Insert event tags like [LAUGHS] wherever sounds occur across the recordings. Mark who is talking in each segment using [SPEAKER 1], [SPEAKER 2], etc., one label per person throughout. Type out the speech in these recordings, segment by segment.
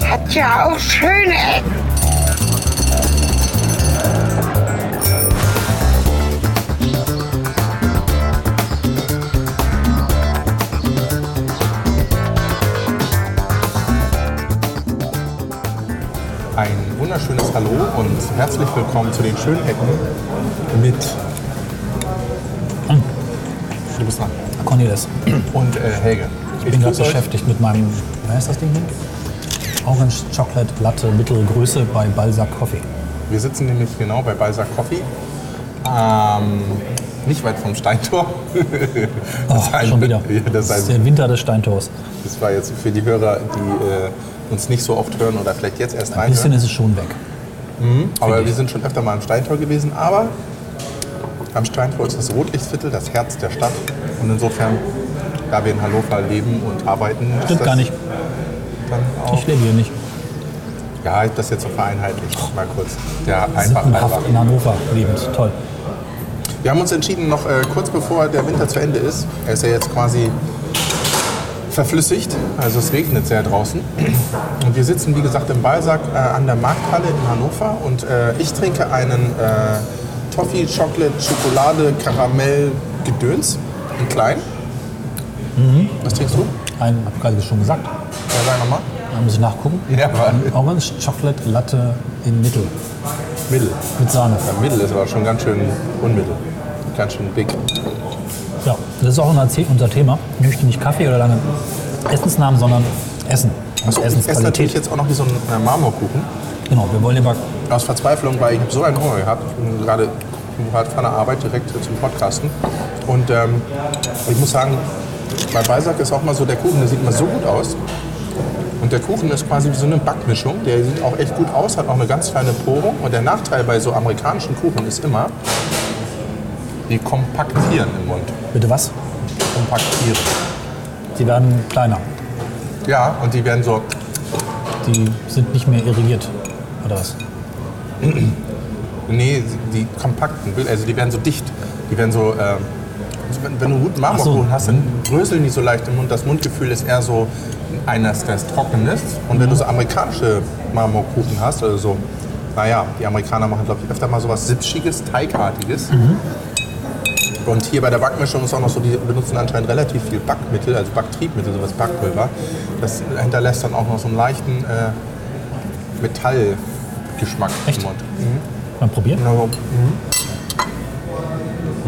[SPEAKER 1] gibt ja auch schöne Ecken.
[SPEAKER 2] Ein wunderschönes Hallo und herzlich willkommen zu den schönen Ecken mit. Du bist dran.
[SPEAKER 3] Cornelis,
[SPEAKER 2] Und äh, Helge.
[SPEAKER 3] ich bin gerade
[SPEAKER 2] grüße euch.
[SPEAKER 3] beschäftigt mit meinem, wer ist das Ding hier? Orange Chocolate Latte mittlere Größe bei Balzac Coffee.
[SPEAKER 2] Wir sitzen nämlich genau bei Balsa Coffee. Ähm, nicht weit vom
[SPEAKER 3] [LAUGHS]
[SPEAKER 2] Steintor. das,
[SPEAKER 3] Oh, schon wieder.
[SPEAKER 2] [LAUGHS] Ja, das,
[SPEAKER 3] das ist
[SPEAKER 2] heißt,
[SPEAKER 3] der Winter des Steintors.
[SPEAKER 2] das war jetzt für die Hörer, die äh, uns nicht so oft hören oder vielleicht jetzt erst
[SPEAKER 3] Ein
[SPEAKER 2] reinhören.
[SPEAKER 3] bisschen ist es schon weg.
[SPEAKER 2] Aber wir sind schon öfter mal am Steintor gewesen. Aber am Steintor ist das Rotlichtviertel, das Herz der Stadt. Und insofern, da wir in Hannover leben und arbeiten, ist
[SPEAKER 3] Stimmt
[SPEAKER 2] das
[SPEAKER 3] gar nicht.
[SPEAKER 2] Dann auch,
[SPEAKER 3] Ich lebe hier nicht.
[SPEAKER 2] ja, das jetzt so vereinheitlicht. Mal kurz. Der einfach
[SPEAKER 3] Sippenhaft in Hannover lebend. Toll.
[SPEAKER 2] Wir haben uns entschieden, noch äh, kurz bevor der Winter zu Ende ist, er ist ja jetzt quasi verflüssigt, also es regnet sehr draußen. Und wir sitzen, wie gesagt, im Balsack äh, an der Markthalle in Hannover und äh, ich trinke einen äh, Toffee, Chocolate, Schokolade, Karamell, Gedöns, in klein. Was trinkst du?
[SPEAKER 3] Ein, hab ich gerade schon gesagt.
[SPEAKER 2] Ja, sag nochmal.
[SPEAKER 3] Da muss ich nachgucken.
[SPEAKER 2] Ja, aber-
[SPEAKER 3] Ein Orange Chocolate Latte in Mittel.
[SPEAKER 2] Mittel.
[SPEAKER 3] Mit Sahne.
[SPEAKER 2] Ja, Mittel ist aber schon ganz schön unmittel. Ganz schön big.
[SPEAKER 3] Ja, das ist auch unser The- unser Thema. Möchte nicht Kaffee oder lange Essensnamen, sondern Essen. Und
[SPEAKER 2] Achso, ich esse natürlich jetzt auch noch wie so ein äh, Marmorkuchen.
[SPEAKER 3] Genau, wir wollen aber
[SPEAKER 2] Aus Verzweiflung, weil ich hab so einen Hunger gehabt. Ich bin gerade bin gerade von der Arbeit direkt äh, zum Podcasten. Und ähm, ich muss sagen, bei Beisack ist auch mal so der Kuchen, der sieht mal so gut aus. Und der Kuchen ist quasi wie so eine Backmischung. Der sieht auch echt gut aus, hat auch eine ganz kleine Porung. Und der Nachteil bei so amerikanischen Kuchen ist immer, die kompaktieren im Mund.
[SPEAKER 3] bitte was?
[SPEAKER 2] Kompaktieren.
[SPEAKER 3] Sie werden kleiner.
[SPEAKER 2] Ja, und die werden so,
[SPEAKER 3] Die sind nicht mehr irrigiert. Oder was?
[SPEAKER 2] nee, die kompakten, also die werden so dicht. Die werden so, ähm, also wenn, wenn du gut Marmorkuchen
[SPEAKER 3] Ach so.
[SPEAKER 2] hast, dann bröseln die so leicht im Mund. Das Mundgefühl ist eher so eines, das trocken ist. Und wenn du
[SPEAKER 3] Mhm.
[SPEAKER 2] so amerikanische Marmorkuchen hast, also so, naja, die Amerikaner machen, glaube ich, öfter mal sowas Sipschiges, Teigartiges.
[SPEAKER 3] Mhm.
[SPEAKER 2] Und hier bei der Backmischung ist auch noch so, die benutzen anscheinend relativ viel Backmittel, also Backtriebmittel, sowas Backpulver. Das hinterlässt dann auch noch so einen leichten äh, Metallgeschmack
[SPEAKER 3] Echt?
[SPEAKER 2] im Mund.
[SPEAKER 3] Mal probieren?
[SPEAKER 2] Also,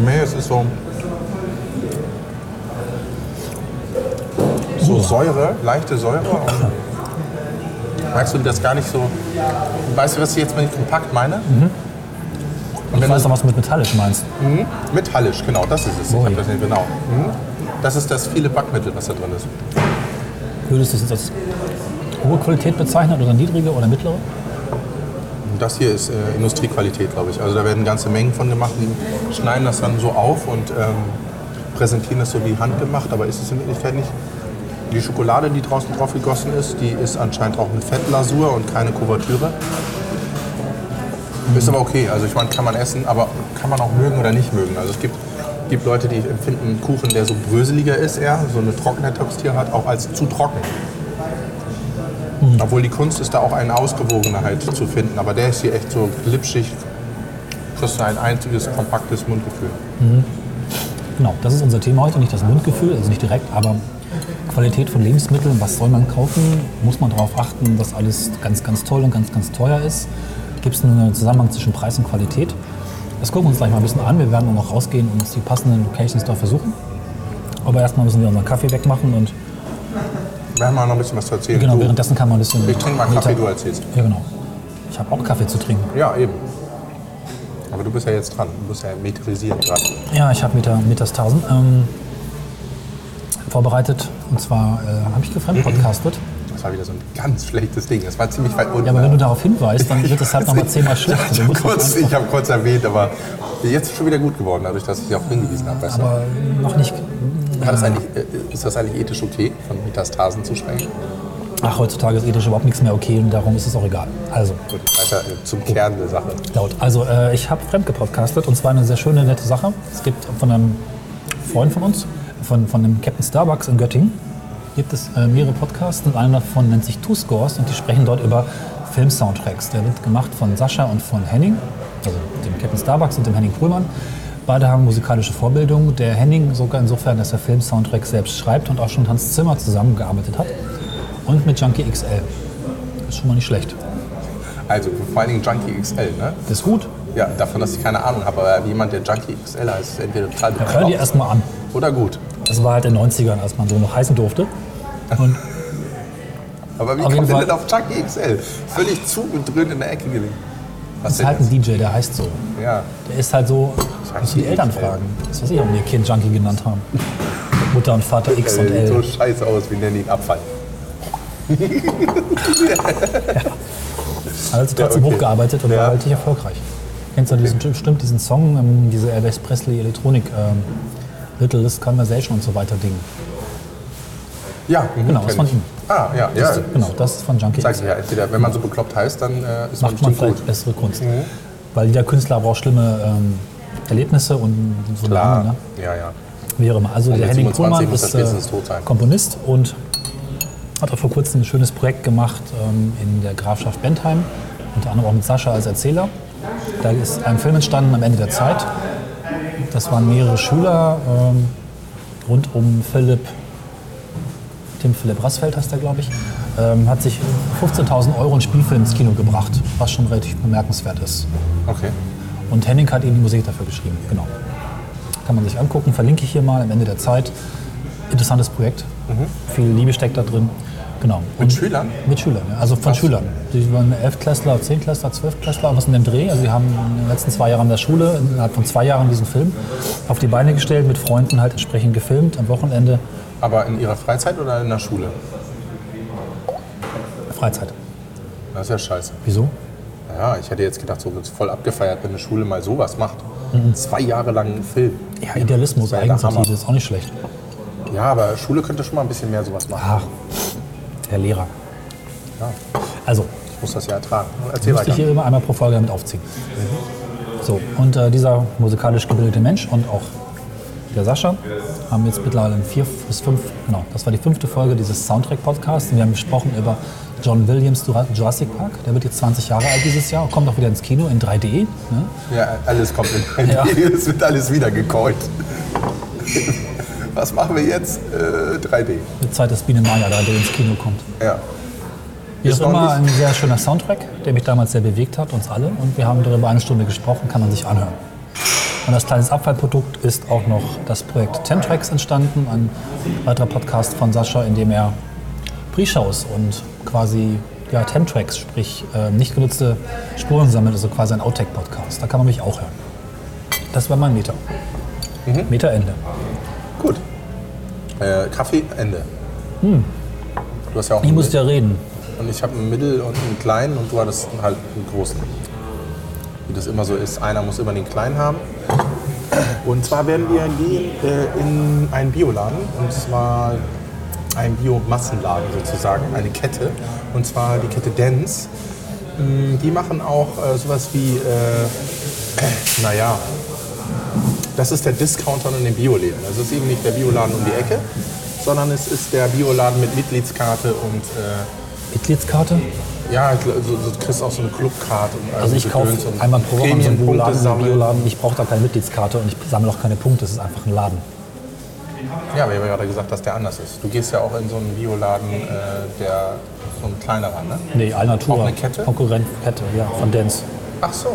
[SPEAKER 2] nee, es ist so. So Säure, leichte Säure. Und merkst du das gar nicht so? Weißt du, was ich jetzt mit kompakt meine? Und
[SPEAKER 3] Ich
[SPEAKER 2] wenn
[SPEAKER 3] weiß
[SPEAKER 2] du,
[SPEAKER 3] noch, was du mit metallisch meinst.
[SPEAKER 2] mhm, metallisch, genau, das ist es. Ich
[SPEAKER 3] Ui.
[SPEAKER 2] hab das nicht genau. Mhm. Das ist das viele Backmittel, was da drin ist.
[SPEAKER 3] Würdest du das jetzt als hohe Qualität bezeichnen oder niedrige oder mittlere?
[SPEAKER 2] Und das hier ist äh, Industriequalität, glaube ich. Also da werden ganze Mengen von gemacht, die schneiden das dann so auf und ähm, präsentieren das so wie handgemacht, aber ist es in Wirklichkeit nicht. Die Schokolade, die draußen drauf gegossen ist, die ist anscheinend auch eine Fettlasur und keine Kuvertüre. Ist aber okay, also ich meine, kann man essen, aber kann man auch mögen oder nicht mögen. Also es gibt, gibt Leute, die empfinden einen Kuchen, der so bröseliger ist eher, so eine trockene Textur hat, auch als zu trocken. Obwohl die Kunst ist da auch eine Ausgewogenheit zu finden, aber der ist hier echt so glitschig. Kriegst du ein einziges kompaktes Mundgefühl.
[SPEAKER 3] Genau, das ist unser Thema heute. Nicht das Mundgefühl, also nicht direkt, aber Qualität von Lebensmitteln. Was soll man kaufen? Muss man darauf achten, dass alles ganz, ganz toll und ganz, ganz teuer ist? Gibt es einen Zusammenhang zwischen Preis und Qualität? Das gucken wir uns gleich mal ein bisschen an. Wir werden dann auch rausgehen und uns die passenden Locations da versuchen. Aber erstmal müssen wir unseren Kaffee wegmachen und
[SPEAKER 2] Wir haben auch noch ein bisschen was zu erzählen.
[SPEAKER 3] genau,
[SPEAKER 2] Du,
[SPEAKER 3] währenddessen kann man ein bisschen.
[SPEAKER 2] ich trinke mal einen Kaffee, du erzählst.
[SPEAKER 3] Ja, genau. Ich habe auch Kaffee zu trinken.
[SPEAKER 2] Ja, eben. Aber du bist ja jetzt dran. Du bist ja meterisiert gerade.
[SPEAKER 3] Ja, ich habe Meter, Meters 1000 ähm, vorbereitet. Und zwar äh, habe ich gefremd podcastet.
[SPEAKER 2] Das war wieder so ein ganz schlechtes Ding. Das war ziemlich weit unten.
[SPEAKER 3] Ja, aber wenn du darauf hinweist, dann wird das halt nochmal
[SPEAKER 2] [LAUGHS]
[SPEAKER 3] zehnmal Also, schlechter.
[SPEAKER 2] Ich
[SPEAKER 3] Du
[SPEAKER 2] habe
[SPEAKER 3] musst das
[SPEAKER 2] kurz,
[SPEAKER 3] einfach-
[SPEAKER 2] ich hab kurz erwähnt, aber jetzt ist schon wieder gut geworden, dadurch, dass ich darauf hingewiesen habe. Weißt du?
[SPEAKER 3] aber noch nicht.
[SPEAKER 2] War das eigentlich, äh, ist das eigentlich ethisch okay, von Metastasen zu sprechen?
[SPEAKER 3] Ach, heutzutage ist ethisch überhaupt nichts mehr okay und darum ist es auch egal. Also,
[SPEAKER 2] Gut, weiter äh, zum Kern der Sache.
[SPEAKER 3] laut. Also, äh, ich habe fremd gepodcastet und zwar eine sehr schöne, nette Sache. Es gibt von einem Freund von uns, von, von dem Captain Starbucks in Göttingen, gibt es äh, mehrere Podcasts und einer davon nennt sich Two Scores und die sprechen dort über Film-Soundtracks. Der wird gemacht von Sascha und von Henning, also dem Captain Starbucks und dem Henning Kohlmann. Beide haben musikalische Vorbildung. Der Henning sogar insofern, dass er Film-Soundtracks selbst schreibt und auch schon Hans Zimmer zusammengearbeitet hat. Und mit Junkie XL. Ist schon mal nicht schlecht.
[SPEAKER 2] Also vor allen Dingen Junkie XL, ne?
[SPEAKER 3] Das ist gut.
[SPEAKER 2] Ja, davon, dass ich keine Ahnung habe, aber jemand, der Junkie XL heißt, ist entweder total
[SPEAKER 3] Ja, hör dir
[SPEAKER 2] bekloppt
[SPEAKER 3] erstmal an.
[SPEAKER 2] oder gut.
[SPEAKER 3] Das war halt in den 90ern, als man so noch heißen durfte. Und
[SPEAKER 2] Aber wie
[SPEAKER 3] Auf jeden
[SPEAKER 2] kommt der
[SPEAKER 3] Fall.
[SPEAKER 2] denn auf Junkie XL? Völlig zu und dröhnt in der Ecke gelegen. Was
[SPEAKER 3] das ist halt ein
[SPEAKER 2] jetzt?
[SPEAKER 3] DJ, der heißt so.
[SPEAKER 2] Ja,
[SPEAKER 3] Der ist halt so, müssen die Eltern fragen. Das weiß ich, warum die ihr Kind Junkie genannt haben. Mutter und Vater X
[SPEAKER 2] der
[SPEAKER 3] und
[SPEAKER 2] sieht so
[SPEAKER 3] L.
[SPEAKER 2] scheiße aus, wir nennen ihn Abfall.
[SPEAKER 3] Also trotzdem
[SPEAKER 2] Ja, okay.
[SPEAKER 3] hochgearbeitet und
[SPEAKER 2] Ja.
[SPEAKER 3] war halt nicht erfolgreich. Kennst du diesen, bestimmt diesen Song, ähm, diese Elvis Presley Elektronik, ähm, Little List Conversation und so weiter Ding.
[SPEAKER 2] Ja, mhm,
[SPEAKER 3] Genau, das
[SPEAKER 2] kenn
[SPEAKER 3] von
[SPEAKER 2] ich.
[SPEAKER 3] ihm.
[SPEAKER 2] Ah, ja,
[SPEAKER 3] Das,
[SPEAKER 2] ja.
[SPEAKER 3] genau, das ist von Junkie
[SPEAKER 2] Sagst
[SPEAKER 3] X.
[SPEAKER 2] du ja, entweder wenn man so bekloppt heißt, dann äh, ist
[SPEAKER 3] Macht man
[SPEAKER 2] man
[SPEAKER 3] vielleicht
[SPEAKER 2] bestimmt gut. Mhm.
[SPEAKER 3] bessere Kunst. Weil jeder Künstler braucht schlimme ähm, Erlebnisse und so Dinge,
[SPEAKER 2] Klar,
[SPEAKER 3] ne?
[SPEAKER 2] ja, ja.
[SPEAKER 3] Wie auch immer. Also der
[SPEAKER 2] mit
[SPEAKER 3] Henning
[SPEAKER 2] 27
[SPEAKER 3] Kohlmann
[SPEAKER 2] muss er
[SPEAKER 3] ist äh,
[SPEAKER 2] spätestens tot sein.
[SPEAKER 3] Komponist und hat auch vor kurzem ein schönes Projekt gemacht ähm, in der Grafschaft Bentheim, unter anderem auch mit Sascha als Erzähler. Da ist ein Film entstanden am Ende der Zeit. Das waren mehrere Schüler ähm, rund um Philipp, Tim Philipp Rassfeld heißt er, glaube ich, ähm, hat sich 15.000 Euro in Spielfilm ins Kino gebracht, was schon relativ bemerkenswert ist.
[SPEAKER 2] Okay.
[SPEAKER 3] Und Henning hat eben die Musik dafür geschrieben, genau. Kann man sich angucken, verlinke ich hier mal am Ende der Zeit. Interessantes Projekt. Viel Liebe steckt da drin. Genau.
[SPEAKER 2] Mit Schülern?
[SPEAKER 3] Mhm. Mit Schülern, ja. also von Schülern. Die waren Elftklässler, Zehntklässler, Zwölftklässler, was in dem Dreh. Also sie haben in den letzten zwei Jahren an der Schule, innerhalb von zwei Jahren diesen Film auf die Beine gestellt, mit Freunden halt entsprechend gefilmt, am Wochenende
[SPEAKER 2] Aber in ihrer Freizeit oder in der Schule?
[SPEAKER 3] Freizeit.
[SPEAKER 2] Das ist ja scheiße.
[SPEAKER 3] Wieso?
[SPEAKER 2] Ja, ich hätte jetzt gedacht, so wird voll abgefeiert, wenn eine Schule mal sowas macht. Zwei Jahre lang einen Film.
[SPEAKER 3] Mhm. Ja, Idealismus,
[SPEAKER 2] Das wäre der
[SPEAKER 3] Eigeninitiative ist auch nicht schlecht.
[SPEAKER 2] Hammer. Ja, aber Schule könnte schon mal ein bisschen mehr sowas machen.
[SPEAKER 3] Ach, Herr Lehrer.
[SPEAKER 2] Ja,
[SPEAKER 3] Also,
[SPEAKER 2] ich muss das ja ertragen. Erzähl
[SPEAKER 3] Müsste ich
[SPEAKER 2] weiter.
[SPEAKER 3] hier immer einmal pro Folge damit aufziehen. So, und äh, dieser musikalisch gebildete Mensch und auch der Sascha haben jetzt mittlerweile vier bis fünf, genau, das war die fünfte Folge dieses Soundtrack-Podcasts. Wir haben gesprochen über John Williams Jurassic Park. Der wird jetzt 20 Jahre alt dieses Jahr, kommt auch wieder ins Kino in 3D. Ne?
[SPEAKER 2] Ja, alles kommt in
[SPEAKER 3] Ja.
[SPEAKER 2] Es wird alles wieder gecallt. Was machen wir jetzt? Äh, 3D.
[SPEAKER 3] Mit Zeit, dass Biene Maya da der ins Kino kommt.
[SPEAKER 2] Ja.
[SPEAKER 3] Wie auch
[SPEAKER 2] noch
[SPEAKER 3] immer ein
[SPEAKER 2] nicht-
[SPEAKER 3] sehr schöner Soundtrack, der mich damals sehr bewegt hat, uns alle. Und wir haben darüber eine Stunde gesprochen, kann man sich anhören. Und als kleines Abfallprodukt ist auch noch das Projekt Ten Tracks entstanden, ein weiterer Podcast von Sascha, in dem er Pre-Shows und quasi ja, Ten Tracks, sprich äh, nicht genutzte Spuren sammelt, also quasi ein Outtake-Podcast. Da kann man mich auch hören. Das war mein Meter. Meter Ende.
[SPEAKER 2] Gut. Äh, Kaffee, Ende. Du hast ja auch
[SPEAKER 3] Hm. Ich
[SPEAKER 2] einen
[SPEAKER 3] muss ja reden.
[SPEAKER 2] Und ich habe einen mittel und einen kleinen und du hattest halt einen großen. Wie das immer so ist, einer muss immer den kleinen haben. Und zwar werden wir gehen äh, in einen Bioladen und zwar einen Biomassenladen sozusagen, eine Kette. Und zwar die Kette Dance. Mm, Die machen auch äh, sowas wie, äh, [CLEARS THROAT] naja, das ist der Discounter in den Bioläden. Also es ist eben nicht der Bioladen um die Ecke, sondern es ist der Bioladen mit Mitgliedskarte und äh,
[SPEAKER 3] Mitgliedskarte?
[SPEAKER 2] ja, also du kriegst auch so eine Clubcard. Und
[SPEAKER 3] Also ich kaufe
[SPEAKER 2] Gedöns und
[SPEAKER 3] einmal pro Woche so einen
[SPEAKER 2] Prämienpunkte
[SPEAKER 3] Bioladen, so einen
[SPEAKER 2] sammeln.
[SPEAKER 3] Bioladen. Ich brauche da keine Mitgliedskarte und ich sammle auch keine Punkte. Es ist einfach ein Laden.
[SPEAKER 2] Ja, wir haben ja gerade gesagt, dass der anders ist. Du gehst ja auch in so einen Bioladen, äh, der so ein kleinerer, ne?
[SPEAKER 3] Nee, Alnatura.
[SPEAKER 2] Auch eine Kette?
[SPEAKER 3] Konkurrentkette, ja, von Dance.
[SPEAKER 2] Ach so,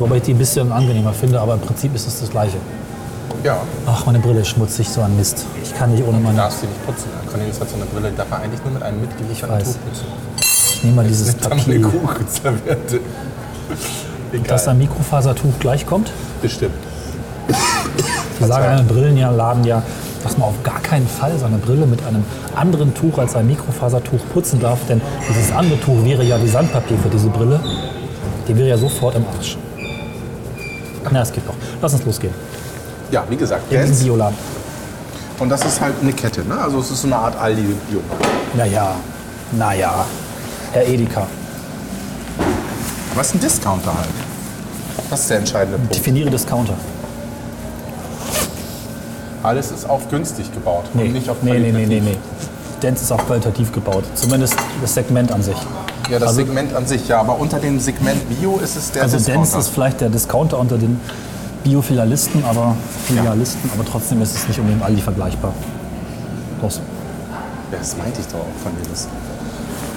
[SPEAKER 3] Wobei ich die ein bisschen angenehmer finde, aber im Prinzip ist es das Gleiche.
[SPEAKER 2] ja.
[SPEAKER 3] Ach, meine Brille ist schmutzig, so ein Mist. Ich kann nicht ohne
[SPEAKER 2] Du
[SPEAKER 3] meine...
[SPEAKER 2] darfst sie nicht putzen. Cornelius hat so eine Brille, die darf er eigentlich nur mit einem mitgelieferten
[SPEAKER 3] Ich
[SPEAKER 2] Tuch
[SPEAKER 3] weiß.
[SPEAKER 2] putzen.
[SPEAKER 3] Ich nehme mal dieses
[SPEAKER 2] Jetzt haben wir eine
[SPEAKER 3] Papier, [LAUGHS]
[SPEAKER 2] Kuchenserviette.
[SPEAKER 3] dass
[SPEAKER 2] Egal,
[SPEAKER 3] ein Mikrofasertuch gleich kommt.
[SPEAKER 2] bestimmt.
[SPEAKER 3] Wir sagen einem Brillenladen ja, dass man auf gar keinen Fall seine Brille mit einem anderen Tuch als einem Mikrofasertuch putzen darf, denn dieses andere Tuch wäre ja wie Sandpapier für diese Brille. Die wäre ja sofort im Arsch. Na, es geht noch. Lass uns losgehen.
[SPEAKER 2] Ja, wie gesagt,
[SPEAKER 3] In diesen
[SPEAKER 2] Dance.
[SPEAKER 3] Bioladen.
[SPEAKER 2] Und das ist halt eine Kette, ne? Also es ist so eine Art Aldi-Bio.
[SPEAKER 3] Naja, naja. Herr Edeka,
[SPEAKER 2] Was ein Discounter halt. Das ist der entscheidende Punkt.
[SPEAKER 3] definiere Discounter.
[SPEAKER 2] Alles ist auf günstig gebaut
[SPEAKER 3] Nee,
[SPEAKER 2] und nicht auf
[SPEAKER 3] nee, nee,
[SPEAKER 2] qualitativ.
[SPEAKER 3] nee, nee, nee. Dance ist auch qualitativ gebaut. Zumindest das Segment an sich.
[SPEAKER 2] Ja, das
[SPEAKER 3] Also-
[SPEAKER 2] Segment an sich, ja, aber unter dem Segment Bio ist es der
[SPEAKER 3] Also Dance
[SPEAKER 2] Discounter.
[SPEAKER 3] ist vielleicht der Discounter unter den Biofilialisten, aber Filialisten, aber trotzdem ist es nicht unbedingt Aldi vergleichbar. Los.
[SPEAKER 2] Ja, das meinte ich doch auch von dir. Das.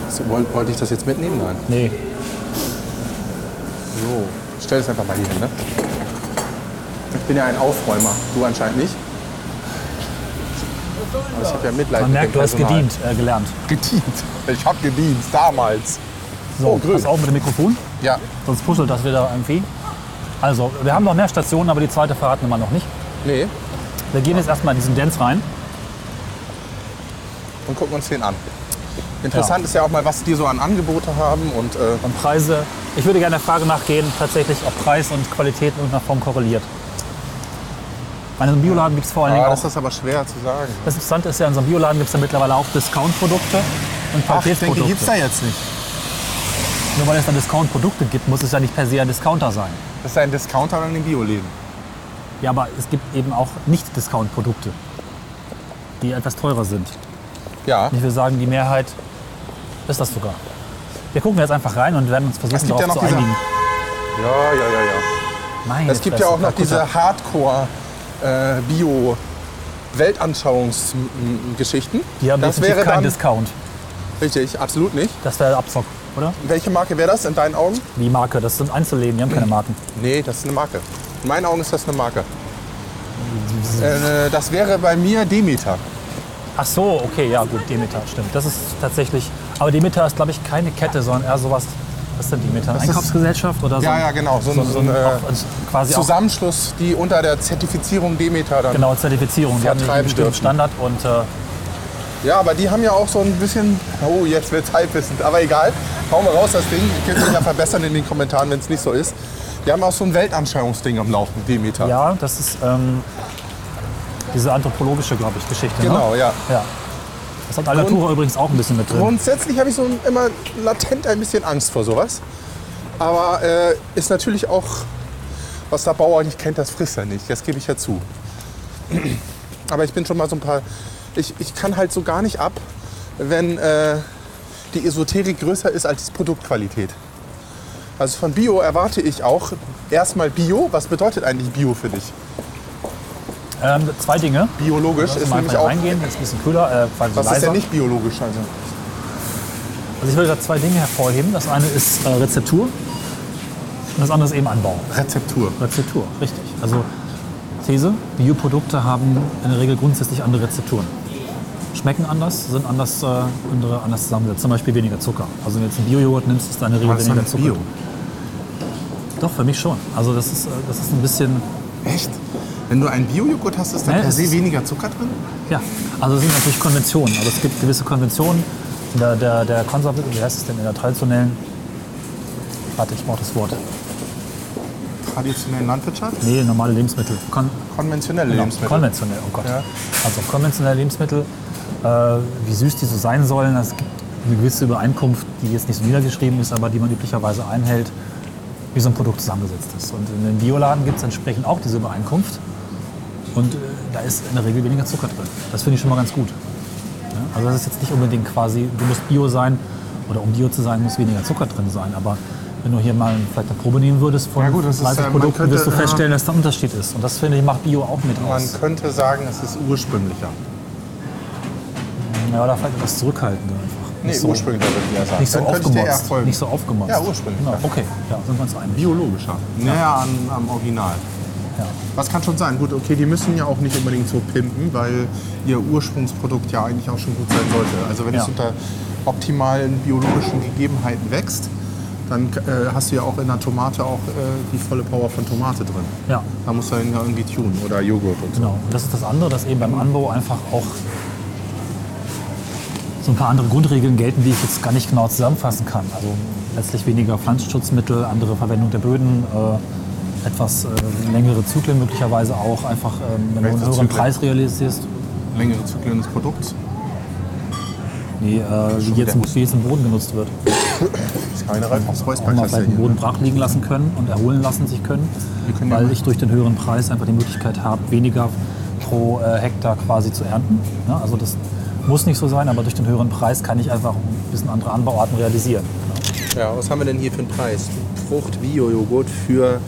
[SPEAKER 2] So, wollt- wollte ich das jetzt mitnehmen? Nein.
[SPEAKER 3] Nee,
[SPEAKER 2] So, stell es einfach mal hier hin, ne? Ich bin ja ein Aufräumer, du anscheinend nicht. Aber ich habe ja Mitleid
[SPEAKER 3] man
[SPEAKER 2] mit dem
[SPEAKER 3] merkt, du hast
[SPEAKER 2] Personal.
[SPEAKER 3] gedient, äh, gelernt.
[SPEAKER 2] Gedient. Ich habe gedient, damals.
[SPEAKER 3] So,
[SPEAKER 2] Oh, grün.
[SPEAKER 3] pass auf mit dem Mikrofon,
[SPEAKER 2] Ja,
[SPEAKER 3] sonst puzzelt das wieder irgendwie. Also, wir haben noch mehr Stationen, aber die zweite verraten wir mal noch nicht.
[SPEAKER 2] nee.
[SPEAKER 3] Wir gehen jetzt erstmal in diesen Dance rein.
[SPEAKER 2] Und gucken uns den an. Interessant ist ja auch mal, was die so an Angebote haben und äh,
[SPEAKER 3] Und Preise, ich würde gerne der Frage nachgehen, tatsächlich, ob Preis und Qualität in irgendeiner Form korreliert. Bei einem Bioladen gibt es vor allen Dingen
[SPEAKER 2] ah,
[SPEAKER 3] auch
[SPEAKER 2] das ist aber schwer zu sagen.
[SPEAKER 3] Das Interessante ist ja, in so einem Bioladen gibt es ja mittlerweile auch Discount-Produkte und
[SPEAKER 2] gibt's
[SPEAKER 3] Paketprodukte.
[SPEAKER 2] jetzt nicht.
[SPEAKER 3] Nur weil es da Discount-Produkte gibt, muss es ja nicht per se ein Discounter sein.
[SPEAKER 2] Das ist ein Discounter in den Bioläden.
[SPEAKER 3] Ja, aber es gibt eben auch Nicht-Discount-Produkte, die etwas teurer sind.
[SPEAKER 2] Ja.
[SPEAKER 3] Und ich würde sagen, die Mehrheit ist das sogar. Wir gucken jetzt einfach rein und werden uns
[SPEAKER 2] Es
[SPEAKER 3] versuchen,
[SPEAKER 2] gibt
[SPEAKER 3] darauf
[SPEAKER 2] ja noch
[SPEAKER 3] zu
[SPEAKER 2] diese-
[SPEAKER 3] einigen.
[SPEAKER 2] Ja, ja, ja, ja.
[SPEAKER 3] Meine
[SPEAKER 2] Es gibt ja
[SPEAKER 3] Fresse,
[SPEAKER 2] auch noch
[SPEAKER 3] Kalkutta.
[SPEAKER 2] diese äh, Hardcore-Bio-Weltanschauungsgeschichten.
[SPEAKER 3] Die haben
[SPEAKER 2] das
[SPEAKER 3] definitiv
[SPEAKER 2] wäre
[SPEAKER 3] keinen
[SPEAKER 2] dann,
[SPEAKER 3] Discount.
[SPEAKER 2] Richtig, absolut nicht.
[SPEAKER 3] Das wäre Abzock, oder?
[SPEAKER 2] Welche Marke wäre das in deinen Augen?
[SPEAKER 3] Wie Marke, das sind Einzelläden, die haben
[SPEAKER 2] [CLEARS THROAT]
[SPEAKER 3] keine Marken.
[SPEAKER 2] Nee, das ist eine Marke. In meinen Augen ist das eine Marke. Äh, das wäre bei mir Demeter.
[SPEAKER 3] Ach so, okay, ja gut, Demeter, stimmt. Das ist tatsächlich, aber Demeter ist, glaube ich, keine Kette, sondern eher sowas, was ist denn Demeter?
[SPEAKER 2] ist-
[SPEAKER 3] Einkaufsgesellschaft oder so?
[SPEAKER 2] Ja, ja, genau. So,
[SPEAKER 3] So,
[SPEAKER 2] ein-
[SPEAKER 3] so
[SPEAKER 2] so ein
[SPEAKER 3] ein-
[SPEAKER 2] äh,
[SPEAKER 3] auch, also quasi auch
[SPEAKER 2] Zusammenschluss, die unter der Zertifizierung Demeter dann.
[SPEAKER 3] genau Zertifizierung. Die haben einen
[SPEAKER 2] vertreiben
[SPEAKER 3] bestimmten
[SPEAKER 2] dürfen.
[SPEAKER 3] Standard und äh,
[SPEAKER 2] Ja, aber die haben ja auch so ein bisschen. Oh, jetzt wird's halbwissend. Aber egal. Hauen wir raus das Ding. Ihr könnt mich ja verbessern in den Kommentaren, wenn es nicht so ist. Die haben auch so ein Weltanschauungsding am Laufen, Demeter.
[SPEAKER 3] ja, das ist ähm, diese anthropologische, glaube ich, Geschichte.
[SPEAKER 2] Genau,
[SPEAKER 3] Ne?
[SPEAKER 2] ja.
[SPEAKER 3] Ja. Das hat Alnatura übrigens auch ein bisschen mit drin.
[SPEAKER 2] Grundsätzlich habe ich so immer latent ein bisschen Angst vor sowas. Aber äh, ist natürlich auch, was der Bauer nicht kennt, das frisst er nicht. Das gebe ich ja zu. [CLEARS THROAT] Aber ich bin schon mal so ein paar. Ich, ich kann halt so gar nicht ab, wenn äh, die Esoterik größer ist als die Produktqualität. Also von Bio erwarte ich auch erstmal Bio. Was bedeutet eigentlich Bio für dich?
[SPEAKER 3] Ähm, zwei Dinge.
[SPEAKER 2] Biologisch
[SPEAKER 3] Lass uns
[SPEAKER 2] ist
[SPEAKER 3] mal
[SPEAKER 2] nämlich
[SPEAKER 3] einfach
[SPEAKER 2] auch.
[SPEAKER 3] reingehen, ist ein bisschen kühler, äh, quasi
[SPEAKER 2] Was
[SPEAKER 3] leiser.
[SPEAKER 2] ist denn nicht biologisch? Also?
[SPEAKER 3] Also ich würde da zwei Dinge hervorheben. Das eine ist äh, Rezeptur und das andere ist eben Anbau.
[SPEAKER 2] Rezeptur.
[SPEAKER 3] Rezeptur, richtig. Also These, Bioprodukte haben in der Regel grundsätzlich andere Rezepturen. Schmecken anders, sind anders, äh, andere, anders zusammengesetzt. Zum Beispiel weniger Zucker. Also wenn du jetzt einen Bio-Joghurt nimmst, ist da in der Regel
[SPEAKER 2] Aber das ist doch
[SPEAKER 3] weniger
[SPEAKER 2] nicht
[SPEAKER 3] Zucker.
[SPEAKER 2] Bio.
[SPEAKER 3] Doch, für mich schon. Also das ist, äh, das ist ein bisschen,
[SPEAKER 2] Echt? Wenn du einen Bio-Joghurt hast, ist da
[SPEAKER 3] Nee,
[SPEAKER 2] per
[SPEAKER 3] Ne, es
[SPEAKER 2] se
[SPEAKER 3] ist-
[SPEAKER 2] weniger Zucker drin?
[SPEAKER 3] ja. Also es sind natürlich Konventionen. Also es gibt gewisse Konventionen der, der, der konservativen, wie heißt es denn, in der traditionellen, warte, ich brauche das Wort.
[SPEAKER 2] Traditionelle Landwirtschaft?
[SPEAKER 3] Nee, normale Lebensmittel. Kon
[SPEAKER 2] Konventionelle Lebensmittel.
[SPEAKER 3] Konventionell, oh Gott.
[SPEAKER 2] Ja.
[SPEAKER 3] Also konventionelle Lebensmittel, äh, wie süß die so sein sollen, es gibt eine gewisse Übereinkunft, die jetzt nicht so niedergeschrieben ist, aber die man üblicherweise einhält, wie so ein Produkt zusammengesetzt ist. Und in den Bioladen gibt es entsprechend auch diese Übereinkunft. Und äh, da ist in der Regel weniger Zucker drin. Das finde ich schon mal ganz gut. Ja, Also das ist jetzt nicht unbedingt quasi, du musst Bio sein oder um Bio zu sein, muss weniger Zucker drin sein. Aber wenn du hier mal vielleicht eine Probe nehmen würdest von
[SPEAKER 2] Ja gut, das ist,
[SPEAKER 3] 30
[SPEAKER 2] äh, man
[SPEAKER 3] Produkten,
[SPEAKER 2] könnte,
[SPEAKER 3] wirst du
[SPEAKER 2] äh,
[SPEAKER 3] feststellen, dass da ein Unterschied ist. Und das finde ich macht Bio auch mit aus.
[SPEAKER 2] Man könnte sagen, es ist ursprünglicher.
[SPEAKER 3] Ja, oder vielleicht etwas zurückhaltender einfach.
[SPEAKER 2] Nee, ursprünglicher würde ich eher sagen.
[SPEAKER 3] Nicht so
[SPEAKER 2] Dann könnte ich dir eher
[SPEAKER 3] aufgemotzt.
[SPEAKER 2] folgen.
[SPEAKER 3] Nicht so aufgemotzt.
[SPEAKER 2] Ja, ursprünglich,
[SPEAKER 3] Genau.
[SPEAKER 2] ja.
[SPEAKER 3] Okay, ja, sind wir uns einig.
[SPEAKER 2] Biologischer. Näher an, am Original.
[SPEAKER 3] Ja.
[SPEAKER 2] Was kann schon sein? Gut, okay, die müssen ja auch nicht unbedingt so pimpen, weil ihr Ursprungsprodukt ja eigentlich auch schon gut sein sollte. Also wenn
[SPEAKER 3] Ja.
[SPEAKER 2] es unter optimalen biologischen Gegebenheiten wächst, dann äh, hast du ja auch in der Tomate auch äh, die volle Power von Tomate drin.
[SPEAKER 3] ja,
[SPEAKER 2] Da musst du dann ja irgendwie tun oder Joghurt und so.
[SPEAKER 3] genau. Und das ist das andere, dass eben beim Anbau einfach auch so ein paar andere Grundregeln gelten, die ich jetzt gar nicht genau zusammenfassen kann. Also letztlich weniger Pflanzenschutzmittel, andere Verwendung der Böden, äh, etwas äh, längere Zyklen möglicherweise auch, einfach ähm, wenn du einen
[SPEAKER 2] Welche
[SPEAKER 3] höheren
[SPEAKER 2] Zyklen?
[SPEAKER 3] Preis realisierst.
[SPEAKER 2] Längere Zyklen des Produkts.
[SPEAKER 3] Nee, äh, wie, jetzt,
[SPEAKER 2] wieder.
[SPEAKER 3] wie jetzt im Boden genutzt wird.
[SPEAKER 2] Das kann rein aufs
[SPEAKER 3] auch mal
[SPEAKER 2] Räusperkasse
[SPEAKER 3] vielleicht den
[SPEAKER 2] hier.
[SPEAKER 3] Boden brach liegen lassen können und erholen lassen sich können,
[SPEAKER 2] Wir können ja
[SPEAKER 3] weil
[SPEAKER 2] mal-
[SPEAKER 3] ich durch den höheren Preis einfach die Möglichkeit habe, weniger pro äh, Hektar quasi zu ernten. Ja, also das Muss nicht so sein, aber durch den höheren Preis kann ich einfach ein bisschen andere Anbauarten realisieren.
[SPEAKER 2] Ja, was haben wir denn hier für einen Preis? Frucht-Bio-Joghurt für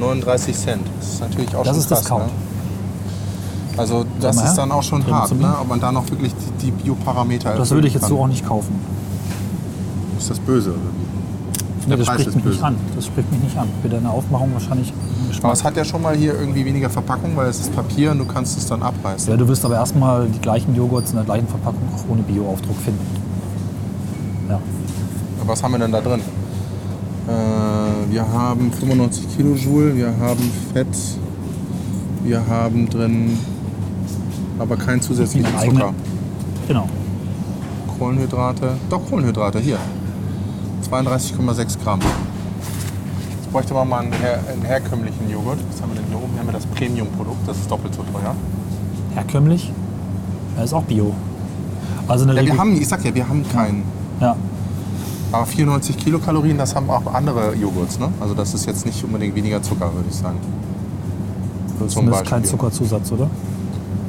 [SPEAKER 2] 39 Cent. Das ist natürlich auch
[SPEAKER 3] Das
[SPEAKER 2] schon
[SPEAKER 3] ist
[SPEAKER 2] krass.
[SPEAKER 3] Discount.
[SPEAKER 2] Ne? Also das
[SPEAKER 3] mal
[SPEAKER 2] ist
[SPEAKER 3] her.
[SPEAKER 2] dann auch schon
[SPEAKER 3] Bring mal
[SPEAKER 2] hart,
[SPEAKER 3] zu mir.
[SPEAKER 2] ne? ob man da noch wirklich die- die Bioparameter
[SPEAKER 3] Das würde ich jetzt so auch nicht kaufen.
[SPEAKER 2] Ist das böse?
[SPEAKER 3] Ich
[SPEAKER 2] Der
[SPEAKER 3] finde, das
[SPEAKER 2] Preis
[SPEAKER 3] spricht
[SPEAKER 2] ist
[SPEAKER 3] mich nicht
[SPEAKER 2] böse.
[SPEAKER 3] an. Das spricht mich nicht an. Mit deiner Aufmachung wahrscheinlich
[SPEAKER 2] Aber
[SPEAKER 3] Geschmack.
[SPEAKER 2] es hat ja schon mal hier irgendwie weniger Verpackung, weil es ist Papier und du kannst es dann abreißen.
[SPEAKER 3] Ja, du wirst aber erstmal die gleichen Joghurts in der gleichen Verpackung auch ohne Bio-Aufdruck finden. Ja.
[SPEAKER 2] Was haben wir denn da drin? Äh, wir haben 95 Kilojoule, wir haben Fett, wir haben drin aber keinen zusätzlichen
[SPEAKER 3] Einen eigenen-
[SPEAKER 2] Zucker.
[SPEAKER 3] Genau.
[SPEAKER 2] Kohlenhydrate. Doch, Kohlenhydrate, hier. 32,6 Gramm. Jetzt bräuchte man mal einen, her einen herkömmlichen Joghurt. Was haben wir denn hier oben? Hier haben wir das Premium-Produkt, das ist doppelt so teuer.
[SPEAKER 3] Herkömmlich. Er ist auch Bio. Also eine
[SPEAKER 2] Ja, wir
[SPEAKER 3] Regu-
[SPEAKER 2] haben, ich sag ja, wir haben keinen.
[SPEAKER 3] ja.
[SPEAKER 2] Aber 94 Kilokalorien, das haben auch andere Joghurts, ne? Also das ist jetzt nicht unbedingt weniger Zucker, würde ich sagen. Zum
[SPEAKER 3] Zumindest kein Zuckerzusatz, oder?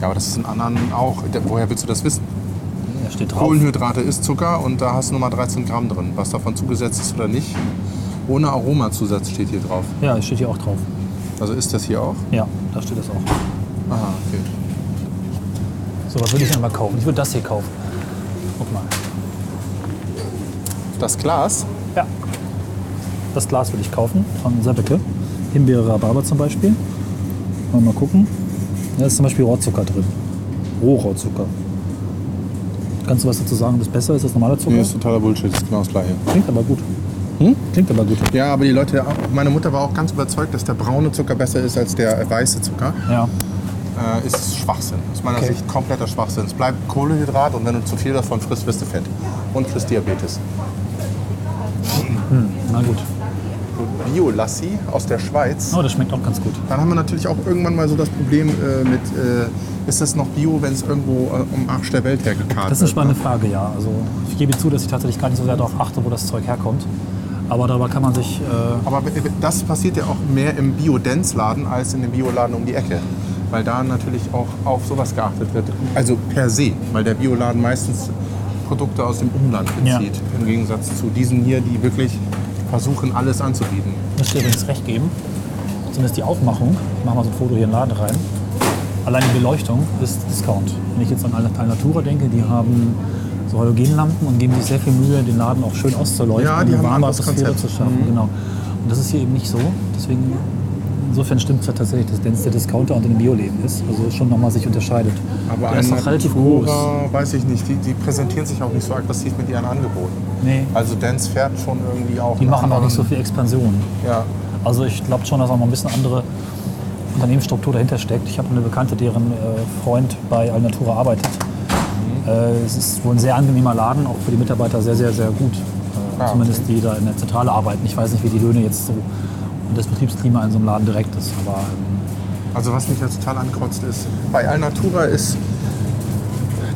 [SPEAKER 2] Ja, aber das ist in anderen auch. Da- Woher willst du das wissen?
[SPEAKER 3] Er steht drauf.
[SPEAKER 2] Kohlenhydrate ist Zucker und da hast du nochmal 13 Gramm drin. Was davon zugesetzt ist oder nicht, ohne Aromazusatz steht hier drauf.
[SPEAKER 3] Ja, steht hier auch drauf.
[SPEAKER 2] Also ist das hier auch?
[SPEAKER 3] Ja, da steht das auch.
[SPEAKER 2] Aha, okay.
[SPEAKER 3] So, was würde ich denn mal kaufen? Ich würde das hier kaufen. Guck mal.
[SPEAKER 2] Das Glas,
[SPEAKER 3] Ja. Das Glas würde ich kaufen von Sebeke. Himbeere Rhabarber zum Beispiel. Wollen wir mal gucken. Da ist zum Beispiel Rohrzucker drin. Rohrzucker. Kannst du was dazu sagen, ob das besser ist als normaler Zucker?
[SPEAKER 2] nee, Hm? ist totaler Bullshit, ist genau das gleiche.
[SPEAKER 3] Klingt aber gut. Klingt aber gut.
[SPEAKER 2] Ja, aber die Leute, meine Mutter war auch ganz überzeugt, dass der braune Zucker besser ist als der weiße Zucker.
[SPEAKER 3] Ja.
[SPEAKER 2] äh, ist Schwachsinn. Aus meiner
[SPEAKER 3] Okay.
[SPEAKER 2] Sicht kompletter Schwachsinn. Es bleibt Kohlehydrat und wenn du zu viel davon frisst, wirst du fett. Und kriegst Diabetes.
[SPEAKER 3] Na gut.
[SPEAKER 2] Bio-Lassi aus der Schweiz.
[SPEAKER 3] Oh, das schmeckt auch ganz gut.
[SPEAKER 2] Dann haben wir natürlich auch irgendwann mal so das Problem äh, mit, äh, ist das noch Bio, wenn es irgendwo äh, um Arsch der Welt hergekarrt
[SPEAKER 3] Das ist eine
[SPEAKER 2] wird, ne?
[SPEAKER 3] spannende Frage, ja. Also ich gebe zu, dass ich tatsächlich gar nicht so sehr darauf achte, wo das Zeug herkommt. Aber darüber kann man sich. Äh,
[SPEAKER 2] Aber das passiert ja auch mehr im Bio-Dance-Laden als in dem Bioladen um die Ecke. Weil da natürlich auch auf sowas geachtet wird. Also per se, weil der Bioladen meistens Produkte aus dem Umland bezieht. Im Gegensatz zu diesen hier, die wirklich versuchen, alles anzubieten.
[SPEAKER 3] muss dir übrigens recht geben. Zumindest die Aufmachung, ich mache mal so ein Foto hier in den Laden rein. Allein die Beleuchtung ist Discount. Wenn ich jetzt an Alnatura denke, die haben so Halogenlampen und geben sich sehr viel Mühe, den Laden auch schön auszuleuchten,
[SPEAKER 2] Ja,
[SPEAKER 3] um
[SPEAKER 2] die haben ein
[SPEAKER 3] warme
[SPEAKER 2] anderes
[SPEAKER 3] Atmosphäre
[SPEAKER 2] Konzept. Mhm.
[SPEAKER 3] zu schaffen. Genau. Und das ist hier eben nicht so. Deswegen, insofern stimmt es ja tatsächlich, dass Dance der Discounter unter dem Bioleben ist. Also schon nochmal sich unterscheidet. der ist
[SPEAKER 2] ein
[SPEAKER 3] noch relativ groß.
[SPEAKER 2] Natura, Weiß ich nicht, die, die präsentieren sich auch nicht so aggressiv mit ihren Angeboten.
[SPEAKER 3] Nee,
[SPEAKER 2] Also Dance fährt schon irgendwie auch.
[SPEAKER 3] die
[SPEAKER 2] nach
[SPEAKER 3] machen auch nicht so
[SPEAKER 2] anderen-
[SPEAKER 3] viel Expansion.
[SPEAKER 2] Ja,
[SPEAKER 3] Also ich glaube schon, dass auch mal ein bisschen andere Unternehmensstruktur dahinter steckt. Ich habe eine Bekannte, deren äh, Freund bei Alnatura arbeitet.
[SPEAKER 2] Mhm.
[SPEAKER 3] Äh, es ist wohl ein sehr angenehmer Laden, auch für die Mitarbeiter sehr, sehr, sehr gut. Äh,
[SPEAKER 2] Ah,
[SPEAKER 3] zumindest die da in der Zentrale arbeiten. Ich weiß nicht, wie die Löhne jetzt so und das Betriebsklima in so einem Laden direkt ist. Aber ähm,
[SPEAKER 2] Also was mich ja total ankotzt ist, bei Alnatura ist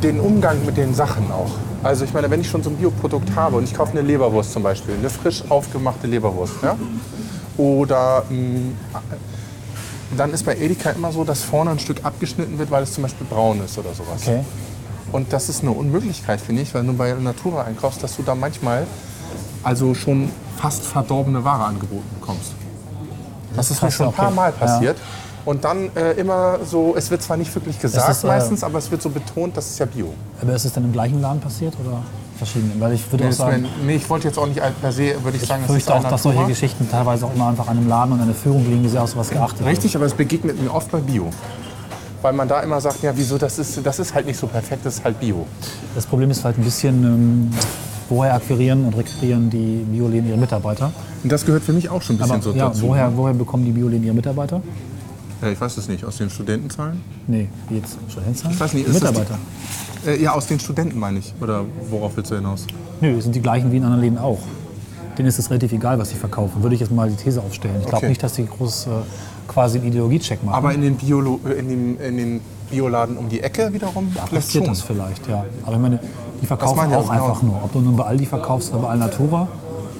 [SPEAKER 2] den Umgang mit den Sachen auch. Also ich meine, wenn ich schon so ein Bioprodukt habe und ich kaufe eine Leberwurst zum Beispiel, eine frisch aufgemachte Leberwurst, ja? oder mh, dann ist bei Edeka immer so, dass vorne ein Stück abgeschnitten wird, weil es zum Beispiel braun ist oder sowas.
[SPEAKER 3] okay.
[SPEAKER 2] Und das ist eine Unmöglichkeit, finde ich, wenn du bei Natura einkaufst, dass du da manchmal also schon fast verdorbene Ware angeboten bekommst. Das, ist mir
[SPEAKER 3] krass,
[SPEAKER 2] schon ein paar
[SPEAKER 3] okay.
[SPEAKER 2] Mal
[SPEAKER 3] Ja.
[SPEAKER 2] passiert. Und dann äh, immer so, es wird zwar nicht wirklich gesagt
[SPEAKER 3] ist, äh,
[SPEAKER 2] meistens, aber es wird so betont, das ist ja Bio.
[SPEAKER 3] Aber ist es denn im gleichen Laden passiert oder verschiedenen? Weil ich würde auch
[SPEAKER 2] Das ist mir-
[SPEAKER 3] sagen,
[SPEAKER 2] nee, ich wollte jetzt auch nicht per se, würde ich, sagen,
[SPEAKER 3] ich
[SPEAKER 2] es ist
[SPEAKER 3] fürchte auch, dass solche
[SPEAKER 2] Alnatura.
[SPEAKER 3] Geschichten teilweise auch immer einfach an einem Laden und an der Führung liegen, die sehr auf sowas geachtet wird.
[SPEAKER 2] Richtig, aber es begegnet mir oft bei Bio. Weil man da immer sagt, ja, wieso, das ist, das ist halt nicht so perfekt, das ist halt Bio.
[SPEAKER 3] Das Problem ist halt ein bisschen, ähm, woher akquirieren und rekrutieren die Bioläden ihre Mitarbeiter?
[SPEAKER 2] Und das gehört für mich auch schon ein bisschen
[SPEAKER 3] Aber
[SPEAKER 2] so
[SPEAKER 3] ja,
[SPEAKER 2] dazu.
[SPEAKER 3] woher, woher bekommen die Bioläden ihre Mitarbeiter?
[SPEAKER 2] Ja, ich weiß es nicht, aus den Studentenzahlen?
[SPEAKER 3] Nee, wie jetzt schon hinzahlen?
[SPEAKER 2] Ich weiß nicht, ist das die-
[SPEAKER 3] Mitarbeiter.
[SPEAKER 2] Äh, ja, aus den Studenten meine ich. Oder worauf willst du hinaus?
[SPEAKER 3] Nö, es sind die gleichen wie in anderen Läden auch. Denen ist es relativ egal, was sie verkaufen. Würde ich jetzt mal die These aufstellen. Ich glaube
[SPEAKER 2] Okay.
[SPEAKER 3] nicht, dass sie groß äh, quasi einen Ideologiecheck machen.
[SPEAKER 2] Aber in den, Biolo äh, in dem, in den Bioladen um die Ecke wiederum ja, vielleicht
[SPEAKER 3] passiert
[SPEAKER 2] schon.
[SPEAKER 3] das vielleicht, ja. Aber ich meine, die verkaufen
[SPEAKER 2] meine ich
[SPEAKER 3] auch
[SPEAKER 2] auch, genau.
[SPEAKER 3] einfach nur. Ob du nun bei Aldi verkaufst oder bei Alnatura,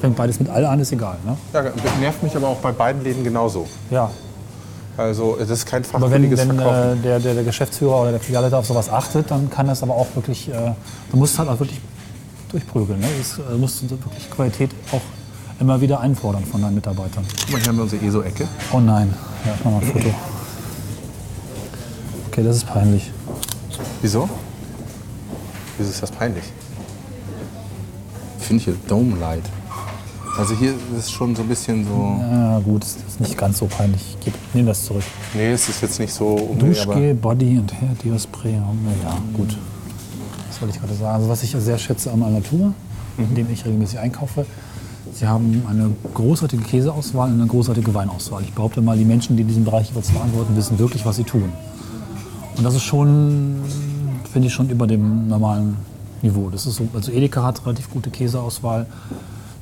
[SPEAKER 3] fängt beides mit All an, ist egal. Ne?
[SPEAKER 2] Ja, nervt mich aber auch bei beiden Läden genauso.
[SPEAKER 3] Ja,
[SPEAKER 2] Also das ist kein
[SPEAKER 3] Aber wenn,
[SPEAKER 2] fachkundiges
[SPEAKER 3] wenn
[SPEAKER 2] Verkaufen.
[SPEAKER 3] äh, der, der, der Geschäftsführer oder der Filialleiter auf sowas achtet, dann kann das aber auch wirklich, äh, du musst halt auch wirklich durchprügeln. Ne? Das, äh, Du musst wirklich Qualität auch immer wieder einfordern von deinen Mitarbeitern.
[SPEAKER 2] Guck mal, hier haben wir unsere ESO-Ecke.
[SPEAKER 3] Oh nein, ja, ich mach mal ein Foto. Okay, das ist peinlich.
[SPEAKER 2] Wieso? Wieso ist das peinlich? Finde ich hier Dome Light. Also hier ist schon so ein bisschen so.
[SPEAKER 3] Ja, gut, das ist nicht ganz so peinlich. Ich geb- nehm das zurück.
[SPEAKER 2] Nee, es ist jetzt nicht so umweg, aber
[SPEAKER 3] Duschgel, Body und Hair Diospray. Ja, gut. Was wollte ich gerade sagen? Also was ich sehr schätze an Alnatura,
[SPEAKER 2] Mhm.
[SPEAKER 3] in dem ich regelmäßig einkaufe, sie haben eine großartige Käseauswahl und eine großartige Weinauswahl. Ich behaupte mal, die Menschen, die in diesem Bereich jeweils verantworten, wissen wirklich, was sie tun. Und das ist schon, finde ich, schon über dem normalen Niveau. Das ist so, also Edeka hat relativ gute Käseauswahl.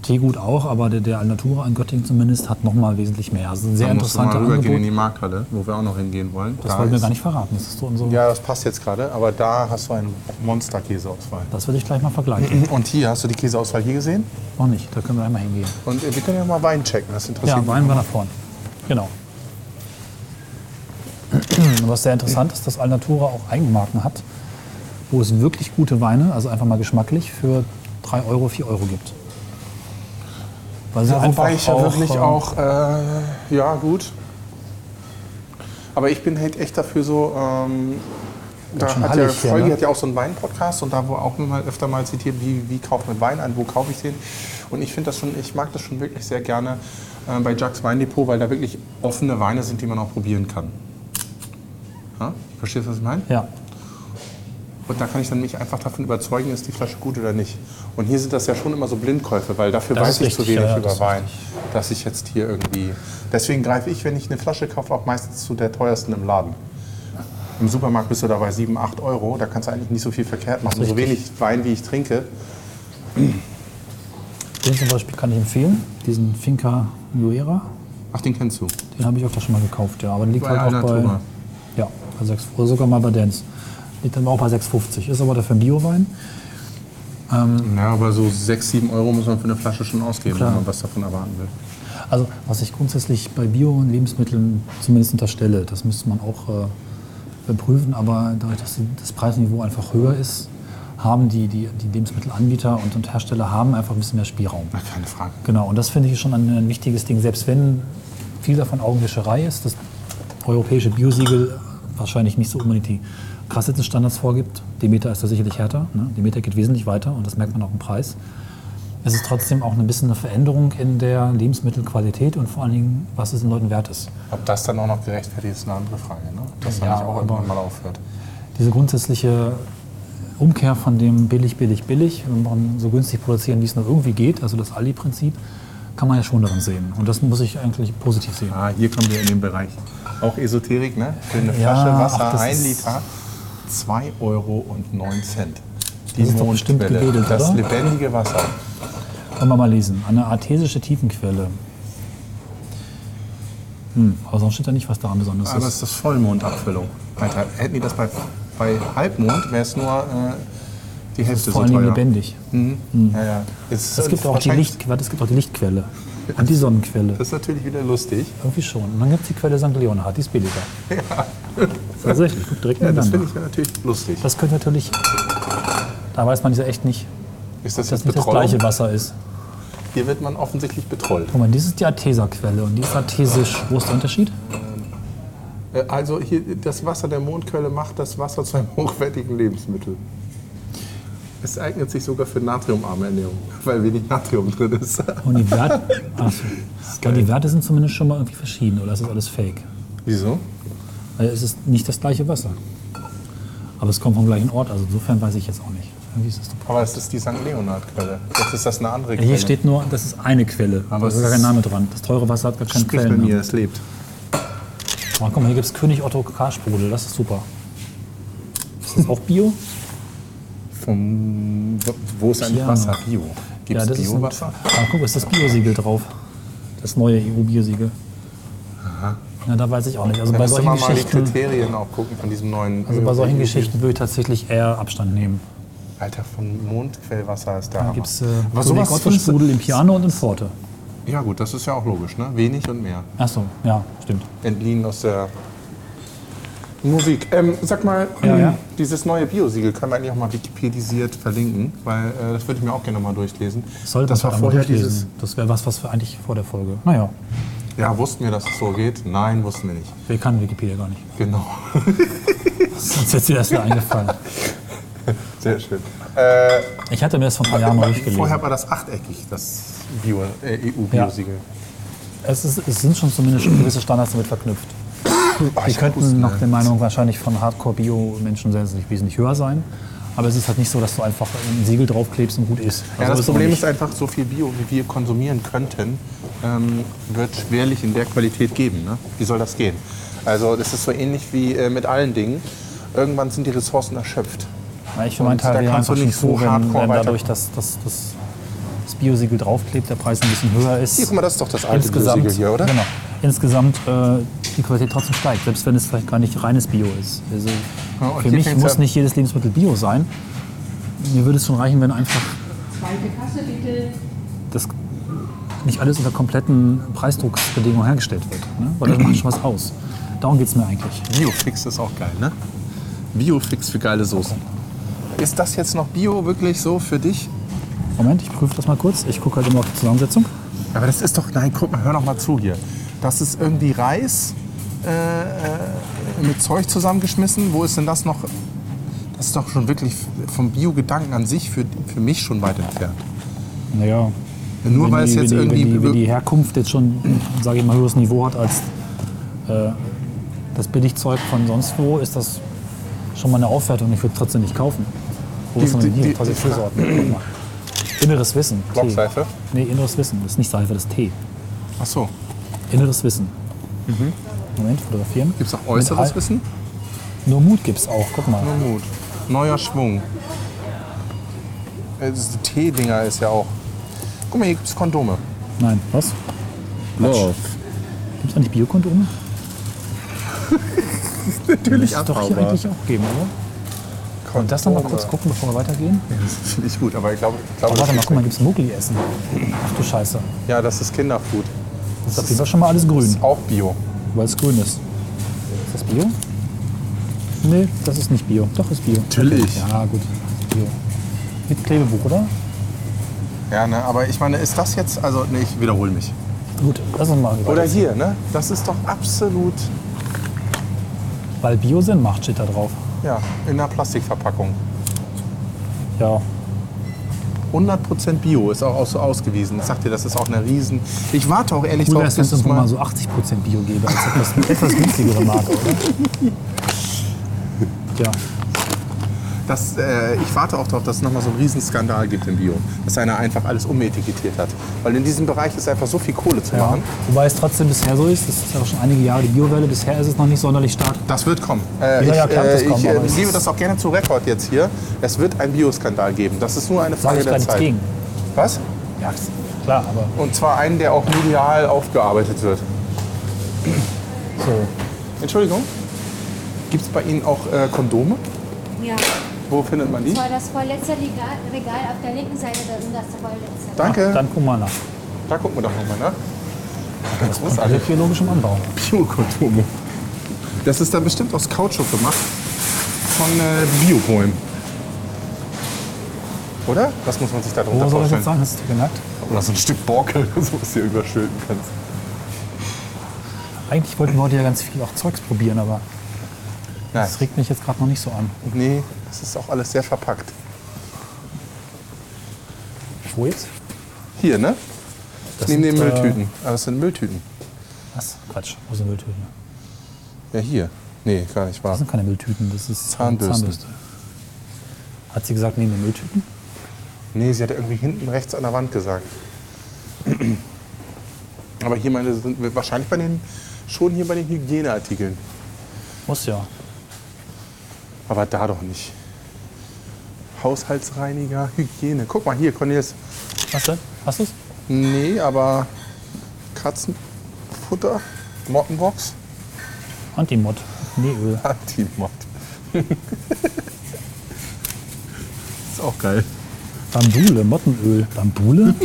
[SPEAKER 3] Teegut auch, aber der, der Alnatura in Göttingen zumindest hat noch mal wesentlich mehr. Also ein sehr
[SPEAKER 2] da musst du mal
[SPEAKER 3] interessanter
[SPEAKER 2] rübergehen in
[SPEAKER 3] Angebot.
[SPEAKER 2] die Markthalle, wo wir auch noch hingehen wollen.
[SPEAKER 3] Das
[SPEAKER 2] Da
[SPEAKER 3] wollten wir
[SPEAKER 2] ist-
[SPEAKER 3] gar nicht verraten. Das ist so unsere
[SPEAKER 2] Ja, das passt jetzt gerade, aber da hast du einen Monster-Käseauswahl.
[SPEAKER 3] Das würde ich gleich mal vergleichen.
[SPEAKER 2] Und hier, hast du die Käseauswahl hier gesehen?
[SPEAKER 3] Noch nicht, da können wir einmal hingehen.
[SPEAKER 2] Und äh, wir können ja mal Wein checken, das interessiert
[SPEAKER 3] Ja,
[SPEAKER 2] mich.
[SPEAKER 3] Wein war nach vorn. Genau. [CLEARS THROAT] Und Was sehr interessant ist, dass Alnatura auch Eigenmarken hat, wo es wirklich gute Weine, also einfach mal geschmacklich, für 3 Euro, 4 Euro gibt. Weil sie
[SPEAKER 2] Ja,
[SPEAKER 3] Also einfach
[SPEAKER 2] wobei ich ja wirklich
[SPEAKER 3] ähm,
[SPEAKER 2] auch, äh, ja gut. Aber ich bin halt echt dafür so, ähm, da
[SPEAKER 3] schön
[SPEAKER 2] hat ja,
[SPEAKER 3] hallig hier,
[SPEAKER 2] Folge
[SPEAKER 3] ne?
[SPEAKER 2] hat ja auch so einen Wein-Podcast und da wurde auch mal öfter mal zitiert, wie, wie kauft man Wein an, wo kaufe ich den. Und ich finde das schon, ich mag das schon wirklich sehr gerne äh, bei Jacks Weindepot, weil da wirklich offene Weine sind, die man auch probieren kann. Ja? Verstehst du, was ich meine?
[SPEAKER 3] ähm, Ja,
[SPEAKER 2] Und da kann ich dann mich einfach davon überzeugen, ist die Flasche gut oder nicht. Und hier sind das ja schon immer so Blindkäufe, weil dafür
[SPEAKER 3] Das
[SPEAKER 2] weiß
[SPEAKER 3] ist
[SPEAKER 2] ich zu
[SPEAKER 3] richtig,
[SPEAKER 2] wenig
[SPEAKER 3] ja, ja, das
[SPEAKER 2] über
[SPEAKER 3] ist
[SPEAKER 2] Wein, dass ich jetzt hier irgendwie. Deswegen greife ich, wenn ich eine Flasche kaufe, auch meistens zu der teuersten im Laden. Im Supermarkt bist du dabei 7, 8 Euro. Da kannst du eigentlich nicht so viel verkehrt machen.
[SPEAKER 3] ist
[SPEAKER 2] So
[SPEAKER 3] richtig.
[SPEAKER 2] wenig Wein, wie ich trinke.
[SPEAKER 3] den zum Beispiel kann ich empfehlen, diesen Finca Nuera.
[SPEAKER 2] Ach, den kennst du.
[SPEAKER 3] Den habe ich auch da schon mal gekauft, ja. Aber der liegt
[SPEAKER 2] Bei
[SPEAKER 3] halt auch bei,
[SPEAKER 2] Alnatura.
[SPEAKER 3] ja, bei 6, oder sogar mal bei Dance. Liegt dann auch bei 6,50. Ist aber dafür ein Biowein.
[SPEAKER 2] Ja, aber so 6, 7 Euro muss man für eine Flasche schon ausgeben,
[SPEAKER 3] Klar.
[SPEAKER 2] wenn man was davon erwarten will.
[SPEAKER 3] Also was ich grundsätzlich bei Bio und Lebensmitteln zumindest unterstelle, das müsste man auch äh, überprüfen, aber dadurch, dass die- das Preisniveau einfach höher ist, haben die, die, die Lebensmittelanbieter und, und Hersteller haben einfach ein bisschen mehr Spielraum.
[SPEAKER 2] Na, keine Frage.
[SPEAKER 3] Genau, und das finde ich schon ein, ein wichtiges Ding. Selbst wenn viel davon Augenwischerei ist, das europäische Biosiegel wahrscheinlich nicht so unbedingt die krassesten Standards vorgibt. Demeter ist da sicherlich härter. Ne? Demeter geht wesentlich weiter und das merkt man auch im Preis. Es ist trotzdem auch ein bisschen eine Veränderung in der Lebensmittelqualität und vor allen Dingen, was es den Leuten wert ist.
[SPEAKER 2] Ob das dann auch noch gerechtfertigt ist, ist eine andere Frage. Ne? Ob das
[SPEAKER 3] Ja,
[SPEAKER 2] dann nicht auch
[SPEAKER 3] aber-
[SPEAKER 2] irgendwann mal aufhört.
[SPEAKER 3] diese grundsätzliche Umkehr von dem billig, billig, billig, wir machen so günstig produzieren, wie es nur irgendwie geht, also das Ali-Prinzip, kann man ja schon darin sehen. Und das muss ich eigentlich positiv sehen.
[SPEAKER 2] Ah, hier kommen wir in den Bereich. Auch Esoterik, ne? Für eine
[SPEAKER 3] Ja,
[SPEAKER 2] Flasche Wasser,
[SPEAKER 3] ach, das
[SPEAKER 2] ein
[SPEAKER 3] ist-
[SPEAKER 2] Liter, 2,09 Euro. Die
[SPEAKER 3] ist doch bestimmt
[SPEAKER 2] Mondquelle,
[SPEAKER 3] gewedelt,
[SPEAKER 2] das
[SPEAKER 3] oder?
[SPEAKER 2] lebendige Wasser.
[SPEAKER 3] Können wir mal lesen. Eine artesische Tiefenquelle. Hm, aber sonst steht da nicht, was daran besonders
[SPEAKER 2] Aber es
[SPEAKER 3] ist.
[SPEAKER 2] ist Ah, das Vollmondabfüllung. Alter, hätten die das bei, bei Halbmond, wäre es nur äh, die Hälfte so
[SPEAKER 3] Vor allen Dingen
[SPEAKER 2] teuer.
[SPEAKER 3] lebendig.
[SPEAKER 2] Mhm. Ja, ja. Jetzt,
[SPEAKER 3] Es gibt, auch die
[SPEAKER 2] wahrscheinlich-
[SPEAKER 3] Licht, warte, es gibt auch die Lichtquelle und die Sonnenquelle.
[SPEAKER 2] Das ist natürlich wieder lustig.
[SPEAKER 3] Irgendwie schon. Und dann gibt es die Quelle St. Leonhard, die ist billiger. Tatsächlich, guck direkt
[SPEAKER 2] Ja, das
[SPEAKER 3] nebeneinander.
[SPEAKER 2] finde ich ja natürlich lustig.
[SPEAKER 3] Das könnte natürlich, da weiß man ja echt nicht,
[SPEAKER 2] Ist das
[SPEAKER 3] dass
[SPEAKER 2] jetzt
[SPEAKER 3] nicht das
[SPEAKER 2] Betreuung?
[SPEAKER 3] gleiche Wasser ist.
[SPEAKER 2] Hier wird man offensichtlich betrollt.
[SPEAKER 3] Guck mal, dies ist die Arteser-Quelle und die ist artesisch. Wo ist der Unterschied?
[SPEAKER 2] Äh, Also hier, das Wasser der Mondquelle macht das Wasser zu einem [LAUGHS] hochwertigen Lebensmittel. Es eignet sich sogar für natriumarme Ernährung, [LAUGHS] weil wenig Natrium drin ist. [LAUGHS]
[SPEAKER 3] Und die Werte, Ach so. aber die Werte sind zumindest schon mal irgendwie verschieden oder ist das alles fake?
[SPEAKER 2] Wieso?
[SPEAKER 3] Weil Also es ist nicht das gleiche Wasser. Aber es kommt vom gleichen Ort, also insofern weiß ich jetzt auch nicht. Irgendwie ist das doch-
[SPEAKER 2] Aber es ist die St. Leonhard-Quelle. Jetzt ist das eine andere Quelle.
[SPEAKER 3] Hier steht nur, das ist eine Quelle.
[SPEAKER 2] Aber
[SPEAKER 3] Aber da
[SPEAKER 2] es
[SPEAKER 3] ist gar kein
[SPEAKER 2] ist-
[SPEAKER 3] Name dran. Das teure Wasser hat gar keinen
[SPEAKER 2] Sprich mit
[SPEAKER 3] Quellen. ne?
[SPEAKER 2] mir, es lebt.
[SPEAKER 3] Oh, guck mal, hier gibt es König Otto K-Sprudel. Das ist super. Ist das auch Bio?
[SPEAKER 2] Vom, wo ist eigentlich
[SPEAKER 3] Ja.
[SPEAKER 2] Wasser? Bio. Gibt es
[SPEAKER 3] das ist ein-
[SPEAKER 2] Biowasser?
[SPEAKER 3] Ah, guck, ist das Biosiegel drauf. Das neue EU-Biosiegel. Na, da weiß ich auch nicht. Also
[SPEAKER 2] Da
[SPEAKER 3] bei
[SPEAKER 2] müsste
[SPEAKER 3] solchen
[SPEAKER 2] man mal die
[SPEAKER 3] Geschichten.
[SPEAKER 2] Kriterien auch gucken von diesem neuen...
[SPEAKER 3] Also bei solchen
[SPEAKER 2] Öl-
[SPEAKER 3] Geschichten würde ich tatsächlich eher Abstand nehmen.
[SPEAKER 2] Alter, von Mondquellwasser ist der
[SPEAKER 3] Da
[SPEAKER 2] Hammer.
[SPEAKER 3] gibt es äh,
[SPEAKER 2] Aber
[SPEAKER 3] König
[SPEAKER 2] sowas
[SPEAKER 3] Otto
[SPEAKER 2] findest du-
[SPEAKER 3] Sprudel im Piano und im Forte.
[SPEAKER 2] Ja gut, das ist ja auch logisch, ne? Wenig und mehr.
[SPEAKER 3] Achso, ja, stimmt.
[SPEAKER 2] Entliehen aus der Musik. Ähm, sag mal,
[SPEAKER 3] Ja, ja.
[SPEAKER 2] dieses neue Biosiegel können wir eigentlich auch mal wikipedisiert verlinken, weil äh, das würde ich mir auch gerne mal durchlesen.
[SPEAKER 3] Sollte
[SPEAKER 2] das war
[SPEAKER 3] man mal
[SPEAKER 2] vorher
[SPEAKER 3] durchlesen.
[SPEAKER 2] dieses.
[SPEAKER 3] Das wäre was, was wir eigentlich vor der Folge. Naja,
[SPEAKER 2] Ja, wussten wir, dass es so geht? Nein, wussten wir nicht.
[SPEAKER 3] wir kann Wikipedia gar nicht. [LAUGHS]
[SPEAKER 2] Genau. [LAUGHS]
[SPEAKER 3] Das ist uns jetzt erst wieder eingefallen.
[SPEAKER 2] Sehr schön. Äh,
[SPEAKER 3] Ich hatte mir das vor ein paar Jahren mal
[SPEAKER 2] vorher
[SPEAKER 3] durchgelesen.
[SPEAKER 2] war das achteckig, das Bio, äh, EU-Biosiegel.
[SPEAKER 3] Es, ist, es sind schon zumindest gewisse Standards damit verknüpft.
[SPEAKER 2] Oh,
[SPEAKER 3] Die
[SPEAKER 2] ich hab
[SPEAKER 3] könnten
[SPEAKER 2] Husten,
[SPEAKER 3] nach der
[SPEAKER 2] ey.
[SPEAKER 3] Meinung wahrscheinlich von Hardcore-Bio-Menschen wesentlich, wesentlich höher sein. Aber es ist halt nicht so, dass du einfach ein Siegel draufklebst und gut ist.
[SPEAKER 2] Ja,
[SPEAKER 3] Also
[SPEAKER 2] das
[SPEAKER 3] ist auch
[SPEAKER 2] Problem
[SPEAKER 3] nicht.
[SPEAKER 2] ist halt, einfach, so viel Bio, wie wir konsumieren könnten, ähm, wird schwerlich in der Qualität geben. Ne? Wie soll das gehen? Also das ist so ähnlich wie äh, mit allen Dingen. Irgendwann sind die Ressourcen erschöpft.
[SPEAKER 3] Ja, ich für meinen
[SPEAKER 2] Und da
[SPEAKER 3] Teil wäre
[SPEAKER 2] kannst du
[SPEAKER 3] einfach schon
[SPEAKER 2] nicht so
[SPEAKER 3] froh, wenn,
[SPEAKER 2] hardcore
[SPEAKER 3] wenn
[SPEAKER 2] weiter-
[SPEAKER 3] dadurch, dass, dass, dass das Biosiegel draufklebt, der Preis ein bisschen höher ist.
[SPEAKER 2] Hier, guck mal, das ist doch das alte Biosiegel hier, oder?
[SPEAKER 3] Genau. Insgesamt äh, die Qualität trotzdem steigt, selbst wenn es vielleicht gar nicht reines Bio ist. Also,
[SPEAKER 2] Ja, und
[SPEAKER 3] für
[SPEAKER 2] hier
[SPEAKER 3] mich
[SPEAKER 2] fängt's
[SPEAKER 3] muss
[SPEAKER 2] ja-
[SPEAKER 3] nicht jedes Lebensmittel Bio sein. Mir würde es schon reichen, wenn einfach
[SPEAKER 4] Zweite Kasse bitte.
[SPEAKER 3] das nicht alles unter kompletten Preisdrucksbedingungen hergestellt wird. Ne? Weil das macht schon was aus. Darum geht es mir eigentlich.
[SPEAKER 2] Biofix ist auch geil, ne? Biofix für geile Soßen. Ist das jetzt noch Bio wirklich so für dich?
[SPEAKER 3] Moment, ich prüfe das mal kurz. Ich gucke halt immer auf die Zusammensetzung.
[SPEAKER 2] Aber das ist doch, nein, guck mal, hör doch mal zu hier. Das ist irgendwie Reis äh, äh, mit Zeug zusammengeschmissen. Wo ist denn das noch? Das ist doch schon wirklich vom Bio-Gedanken an sich für, für mich schon weit entfernt.
[SPEAKER 3] Naja,
[SPEAKER 2] Nur
[SPEAKER 3] Wenn
[SPEAKER 2] weil
[SPEAKER 3] die,
[SPEAKER 2] es jetzt
[SPEAKER 3] wenn die,
[SPEAKER 2] irgendwie.
[SPEAKER 3] Wenn die, wenn die Herkunft jetzt schon, sage ich mal, höheres Niveau hat als äh, das Billigzeug von sonst wo, ist das schon mal eine Aufwertung. Ich würde es trotzdem nicht kaufen. Wo
[SPEAKER 2] Die-
[SPEAKER 3] ist denn
[SPEAKER 2] die-
[SPEAKER 3] hier?
[SPEAKER 2] die-
[SPEAKER 3] Tolle
[SPEAKER 2] die-
[SPEAKER 3] Füllsorten. Guck mal. Inneres Wissen. Tee.
[SPEAKER 2] Blockseife?
[SPEAKER 3] Nee, inneres Wissen. Das ist nicht Seife, das ist Tee.
[SPEAKER 2] Ach so,
[SPEAKER 3] Inneres Wissen. Moment, fotografieren.
[SPEAKER 2] gibt es auch
[SPEAKER 3] Mit
[SPEAKER 2] Mhm. äußeres
[SPEAKER 3] all-
[SPEAKER 2] Wissen?
[SPEAKER 3] Nur Mut gibt es auch. Guck mal.
[SPEAKER 2] Nur Mut. Neuer Schwung. Äh, Das Tee-Dinger ist ja auch. Guck mal, hier gibt es Kondome.
[SPEAKER 3] Nein, was?
[SPEAKER 2] Love.
[SPEAKER 3] Gibt es eigentlich Biokondome?
[SPEAKER 2] [LAUGHS] Natürlich
[SPEAKER 3] Müsste es doch hier eigentlich auch geben, oder? Und das nochmal kurz gucken, bevor wir weitergehen.
[SPEAKER 2] Das [LAUGHS] finde ich gut, aber ich glaube, ich glaube das
[SPEAKER 3] Aber warte mal,
[SPEAKER 2] ist-
[SPEAKER 3] guck mal, gibt es Mogli-Essen. Ach du Scheiße.
[SPEAKER 2] Ja, das ist Kinderfood.
[SPEAKER 3] Das ist auf jeden Fall schon mal alles grün,
[SPEAKER 2] Ist auch Bio.
[SPEAKER 3] weil es grün ist. Ist das Bio? Nee, das ist nicht Bio. Doch, ist Bio.
[SPEAKER 2] Natürlich.
[SPEAKER 3] Okay. Ja, gut. Bio. Mit Klebebuch, oder?
[SPEAKER 2] Ja, ne, aber ich meine, ist das jetzt, also ne, ich wiederhole mich.
[SPEAKER 3] Gut, lass uns mal.
[SPEAKER 2] Oder hier, ne? Das ist doch absolut,
[SPEAKER 3] Weil Bio Sinn macht, steht da drauf.
[SPEAKER 2] ja, in einer Plastikverpackung.
[SPEAKER 3] Ja.
[SPEAKER 2] 100% Bio ist auch, auch so ausgewiesen. Ich sag dir, das ist auch eine riesen... Ich warte auch ehrlich
[SPEAKER 3] Gut,
[SPEAKER 2] drauf,
[SPEAKER 3] dass es
[SPEAKER 2] bis
[SPEAKER 3] uns
[SPEAKER 2] es
[SPEAKER 3] mal
[SPEAKER 2] mal...
[SPEAKER 3] so 80% Bio gäbe, als etwas, [LAUGHS] eine etwas günstigere Marke, oder? Ja.
[SPEAKER 2] Das, äh, ich warte auch darauf, dass es nochmal so einen riesen Skandal gibt im Bio. Dass einer einfach alles umetikettiert hat. Weil in diesem Bereich ist einfach so viel Kohle zu
[SPEAKER 3] ja.
[SPEAKER 2] machen.
[SPEAKER 3] Wobei es trotzdem bisher so ist, das ist ja auch schon einige Jahre die Biowelle, bisher ist es noch nicht sonderlich stark.
[SPEAKER 2] Das wird kommen. Äh,
[SPEAKER 3] Ja, ja,
[SPEAKER 2] ich
[SPEAKER 3] klar,
[SPEAKER 2] äh,
[SPEAKER 3] das kommt,
[SPEAKER 2] ich
[SPEAKER 3] aber
[SPEAKER 2] äh,
[SPEAKER 3] es
[SPEAKER 2] gebe
[SPEAKER 3] ist-
[SPEAKER 2] das auch gerne zu Rekord jetzt hier. Es wird einen Bioskandal geben. Das ist nur eine
[SPEAKER 3] Sag
[SPEAKER 2] Frage
[SPEAKER 3] ich gar
[SPEAKER 2] der
[SPEAKER 3] nichts
[SPEAKER 2] Zeit.
[SPEAKER 3] gegen.
[SPEAKER 2] Was?
[SPEAKER 3] Ja, klar, aber
[SPEAKER 2] Und zwar einen, der auch medial aufgearbeitet wird.
[SPEAKER 3] so.
[SPEAKER 2] Entschuldigung, gibt es bei Ihnen auch äh, Kondome?
[SPEAKER 5] Ja,
[SPEAKER 2] Wo findet man die?
[SPEAKER 5] das war das vorletzte Regal, Regal auf der linken Seite, da sind das vorletzte.
[SPEAKER 2] Danke.
[SPEAKER 3] Dann guck mal nach.
[SPEAKER 2] da gucken wir doch nochmal nach. Ganz
[SPEAKER 3] Also
[SPEAKER 2] großartig.
[SPEAKER 3] biologischem Anbau.
[SPEAKER 2] Bio-Kondome. Das ist dann bestimmt aus Kautschuk gemacht. Von äh, Biobäumen. Oder? Was muss man sich da drunter
[SPEAKER 3] Wo soll das
[SPEAKER 2] vorstellen?
[SPEAKER 3] jetzt sein? Hast du genackt?
[SPEAKER 2] Oder so ein Stück Borke [LAUGHS] oder so, was du hier überschütten kannst.
[SPEAKER 3] Eigentlich wollten wir heute ja ganz viel auch Zeugs probieren, aber
[SPEAKER 2] Nein.
[SPEAKER 3] das regt mich jetzt gerade noch nicht so an.
[SPEAKER 2] Nee, das ist auch alles sehr verpackt.
[SPEAKER 3] Wo jetzt?
[SPEAKER 2] Hier, ne?
[SPEAKER 3] Das
[SPEAKER 2] Neben den
[SPEAKER 3] sind, äh,
[SPEAKER 2] Mülltüten. Aber es sind Mülltüten.
[SPEAKER 3] Was? Quatsch, wo sind Mülltüten?
[SPEAKER 2] Ja, hier. Nee, gar nicht wahr.
[SPEAKER 3] Das sind keine Mülltüten, das ist
[SPEAKER 2] Zahnbürsten.
[SPEAKER 3] Hat sie gesagt, neben den Mülltüten?
[SPEAKER 2] Nee, sie hat irgendwie hinten rechts an der Wand gesagt. Aber hier meine sind wir wahrscheinlich bei den schon hier bei den Hygieneartikeln.
[SPEAKER 3] Muss ja.
[SPEAKER 2] Aber da doch nicht. Haushaltsreiniger, Hygiene. Guck mal hier, Cornelis.
[SPEAKER 3] Was denn? Hast du's?
[SPEAKER 2] Nee, aber Katzenfutter, Mottenbox,
[SPEAKER 3] Antimod. Nähöl.
[SPEAKER 2] [LAUGHS] Antimott. ist auch geil. [LAUGHS]
[SPEAKER 3] Bambule, Mottenöl. Bambule?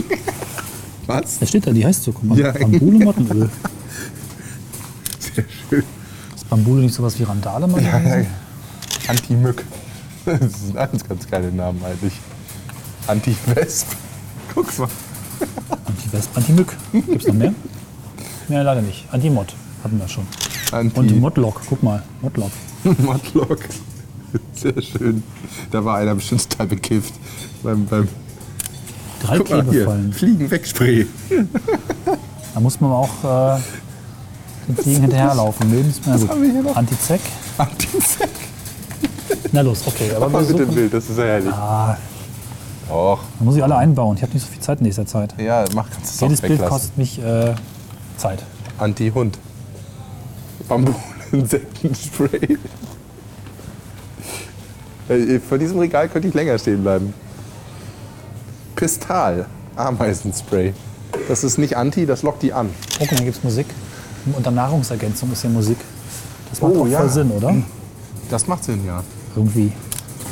[SPEAKER 2] Was?
[SPEAKER 3] Da steht da, die heißt so. Guck mal.
[SPEAKER 2] Ja.
[SPEAKER 3] Bambule Mottenöl.
[SPEAKER 2] [LAUGHS] Sehr schön.
[SPEAKER 3] Ist Bambule nicht sowas wie Randale mal
[SPEAKER 2] Ja, ja,
[SPEAKER 3] gewesen?
[SPEAKER 2] ja. Anti-Mück. [LAUGHS] Das sind alles ganz geile Namen eigentlich. Anti-Wesp. [LAUGHS] Guck's mal. [LAUGHS]
[SPEAKER 3] Anti-Wesp, Anti-Mück. Gibt's noch mehr? Mehr leider nicht. Anti-Mod hatten wir schon. Und
[SPEAKER 2] Anti-Mod.
[SPEAKER 3] Modlock, guck mal. Modlock.
[SPEAKER 2] Modlock. Sehr schön. Da war einer bestimmt total bekifft. Beim, beim
[SPEAKER 3] Drei
[SPEAKER 2] Guck mal hier.
[SPEAKER 3] Klebefallen.
[SPEAKER 2] Fliegen [LAUGHS] wegspray.
[SPEAKER 3] Da muss man auch äh, den Fliegen hinterherlaufen. Lebensmittel.
[SPEAKER 2] haben wir hier noch?
[SPEAKER 3] Anti-Zeck.
[SPEAKER 2] Anti-Zack.
[SPEAKER 3] Na los, okay. Aber
[SPEAKER 2] Mach
[SPEAKER 3] wir
[SPEAKER 2] mit dem
[SPEAKER 3] suchen.
[SPEAKER 2] Bild, das ist ja herrlich.
[SPEAKER 3] Ah,
[SPEAKER 2] Och,
[SPEAKER 3] da muss ich alle einbauen. Ich habe nicht so viel Zeit in nächster Zeit.
[SPEAKER 2] ja, mach kannst du
[SPEAKER 3] Jedes
[SPEAKER 2] es auch
[SPEAKER 3] Bild
[SPEAKER 2] weglassen.
[SPEAKER 3] kostet mich äh, Zeit.
[SPEAKER 2] Anti-Hund. Bambule-Insektenspray. Äh, Vor diesem Regal könnte ich länger stehen bleiben. Pistal. Ameisenspray. Das ist nicht anti, das lockt die an.
[SPEAKER 3] Oh, guck mal, hier gibt es Musik. Unter Nahrungsergänzung ist hier Musik. Das macht
[SPEAKER 2] Oh,
[SPEAKER 3] auch
[SPEAKER 2] ja.
[SPEAKER 3] voll Sinn, oder?
[SPEAKER 2] Das macht Sinn, ja.
[SPEAKER 3] Irgendwie.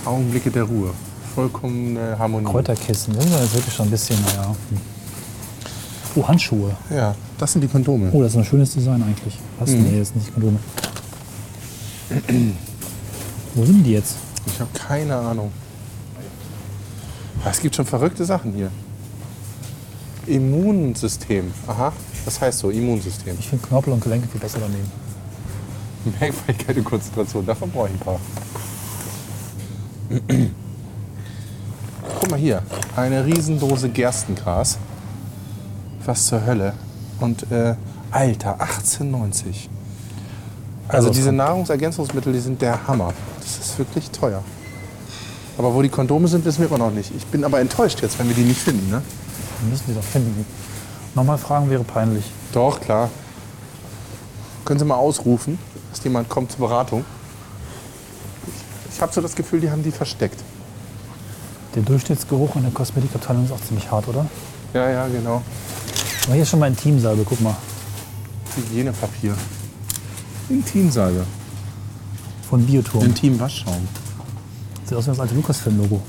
[SPEAKER 2] Augenblicke der Ruhe. Vollkommene Harmonie.
[SPEAKER 3] Kräuterkissen. Das ist ja jetzt wirklich schon ein bisschen, naja. hm. Oh, Handschuhe.
[SPEAKER 2] Ja, das sind die Kondome.
[SPEAKER 3] Oh, das ist ein schönes Design eigentlich. Was?
[SPEAKER 2] Hm.
[SPEAKER 3] Nee, das ist nicht Kondome. Wo sind die jetzt?
[SPEAKER 2] Ich habe keine Ahnung. Es gibt schon verrückte Sachen hier. Immunsystem. Aha, das heißt so, Immunsystem.
[SPEAKER 3] Ich finde Knorpel und Gelenke viel besser daneben.
[SPEAKER 2] Merkfähigkeit und Konzentration, davon brauche ich ein paar. Guck mal hier, eine Riesendose Gerstengras. Was zur Hölle. Und äh, Alter, 1890. Also diese Nahrungsergänzungsmittel, die sind der Hammer. Das ist wirklich teuer. Aber wo die Kondome sind, wissen wir immer noch nicht. Ich bin aber enttäuscht jetzt, wenn wir die nicht finden. Ne?
[SPEAKER 3] Wir müssen die doch finden. Nochmal fragen wäre peinlich.
[SPEAKER 2] Doch, klar. Können Sie mal ausrufen, dass jemand kommt zur Beratung? Ich habe so das Gefühl, die haben die versteckt.
[SPEAKER 3] Der Durchschnittsgeruch in der Kosmetikabteilung ist auch ziemlich hart, oder?
[SPEAKER 2] Ja, ja, genau.
[SPEAKER 3] Aber hier ist schon mal Intimsalbe, guck mal.
[SPEAKER 2] Hygienepapier. Intimsalbe.
[SPEAKER 3] Von Bioturm.
[SPEAKER 2] Intim Waschschaum.
[SPEAKER 3] Sieht aus wie das alte Lukas-Film-Logo.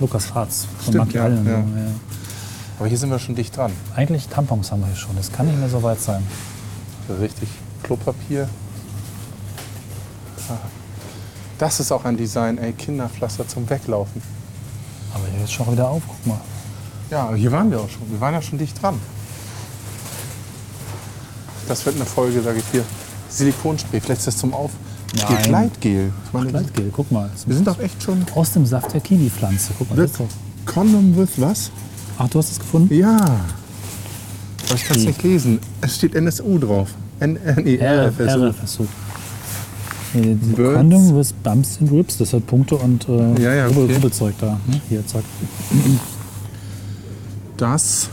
[SPEAKER 3] Lukas Harz von
[SPEAKER 2] Stimmt,
[SPEAKER 3] Monkey
[SPEAKER 2] ja,
[SPEAKER 3] Island.
[SPEAKER 2] ja.
[SPEAKER 3] Ja.
[SPEAKER 2] Aber hier sind wir schon dicht dran.
[SPEAKER 3] Eigentlich Tampons haben wir hier schon. Das kann nicht mehr so weit sein.
[SPEAKER 2] Richtig. Klopapier. Ah. Das ist auch ein Design, ey. Kinderpflaster zum Weglaufen.
[SPEAKER 3] Aber hier ist schon wieder auf. Guck mal.
[SPEAKER 2] Ja, hier waren wir auch schon. Wir waren ja schon dicht dran. Das wird eine Folge, sage ich dir. Silikonspray, vielleicht ist das zum Auf.
[SPEAKER 3] Nein.
[SPEAKER 2] Gleitgel. Ich meine,
[SPEAKER 3] Kleidgel, guck mal. Das
[SPEAKER 2] Wir
[SPEAKER 3] ist
[SPEAKER 2] sind doch echt schon.
[SPEAKER 3] Aus dem Saft der Kiwi-Pflanze. Guck mal, das ist doch.
[SPEAKER 2] Condom with was?
[SPEAKER 3] Ach, du hast es gefunden?
[SPEAKER 2] Ja. Aber ich kann es nicht lesen. Es steht NSU drauf. N nee, RFSU.
[SPEAKER 3] RFSU. Nee, diese
[SPEAKER 2] Birds.
[SPEAKER 3] Condom with Bumps and Rips, das hat Punkte und äh,
[SPEAKER 2] Ja, ja,
[SPEAKER 3] Rubbel-
[SPEAKER 2] okay. Hm.
[SPEAKER 3] Rubbelzeug da. Ne? Hier, zack.
[SPEAKER 2] Das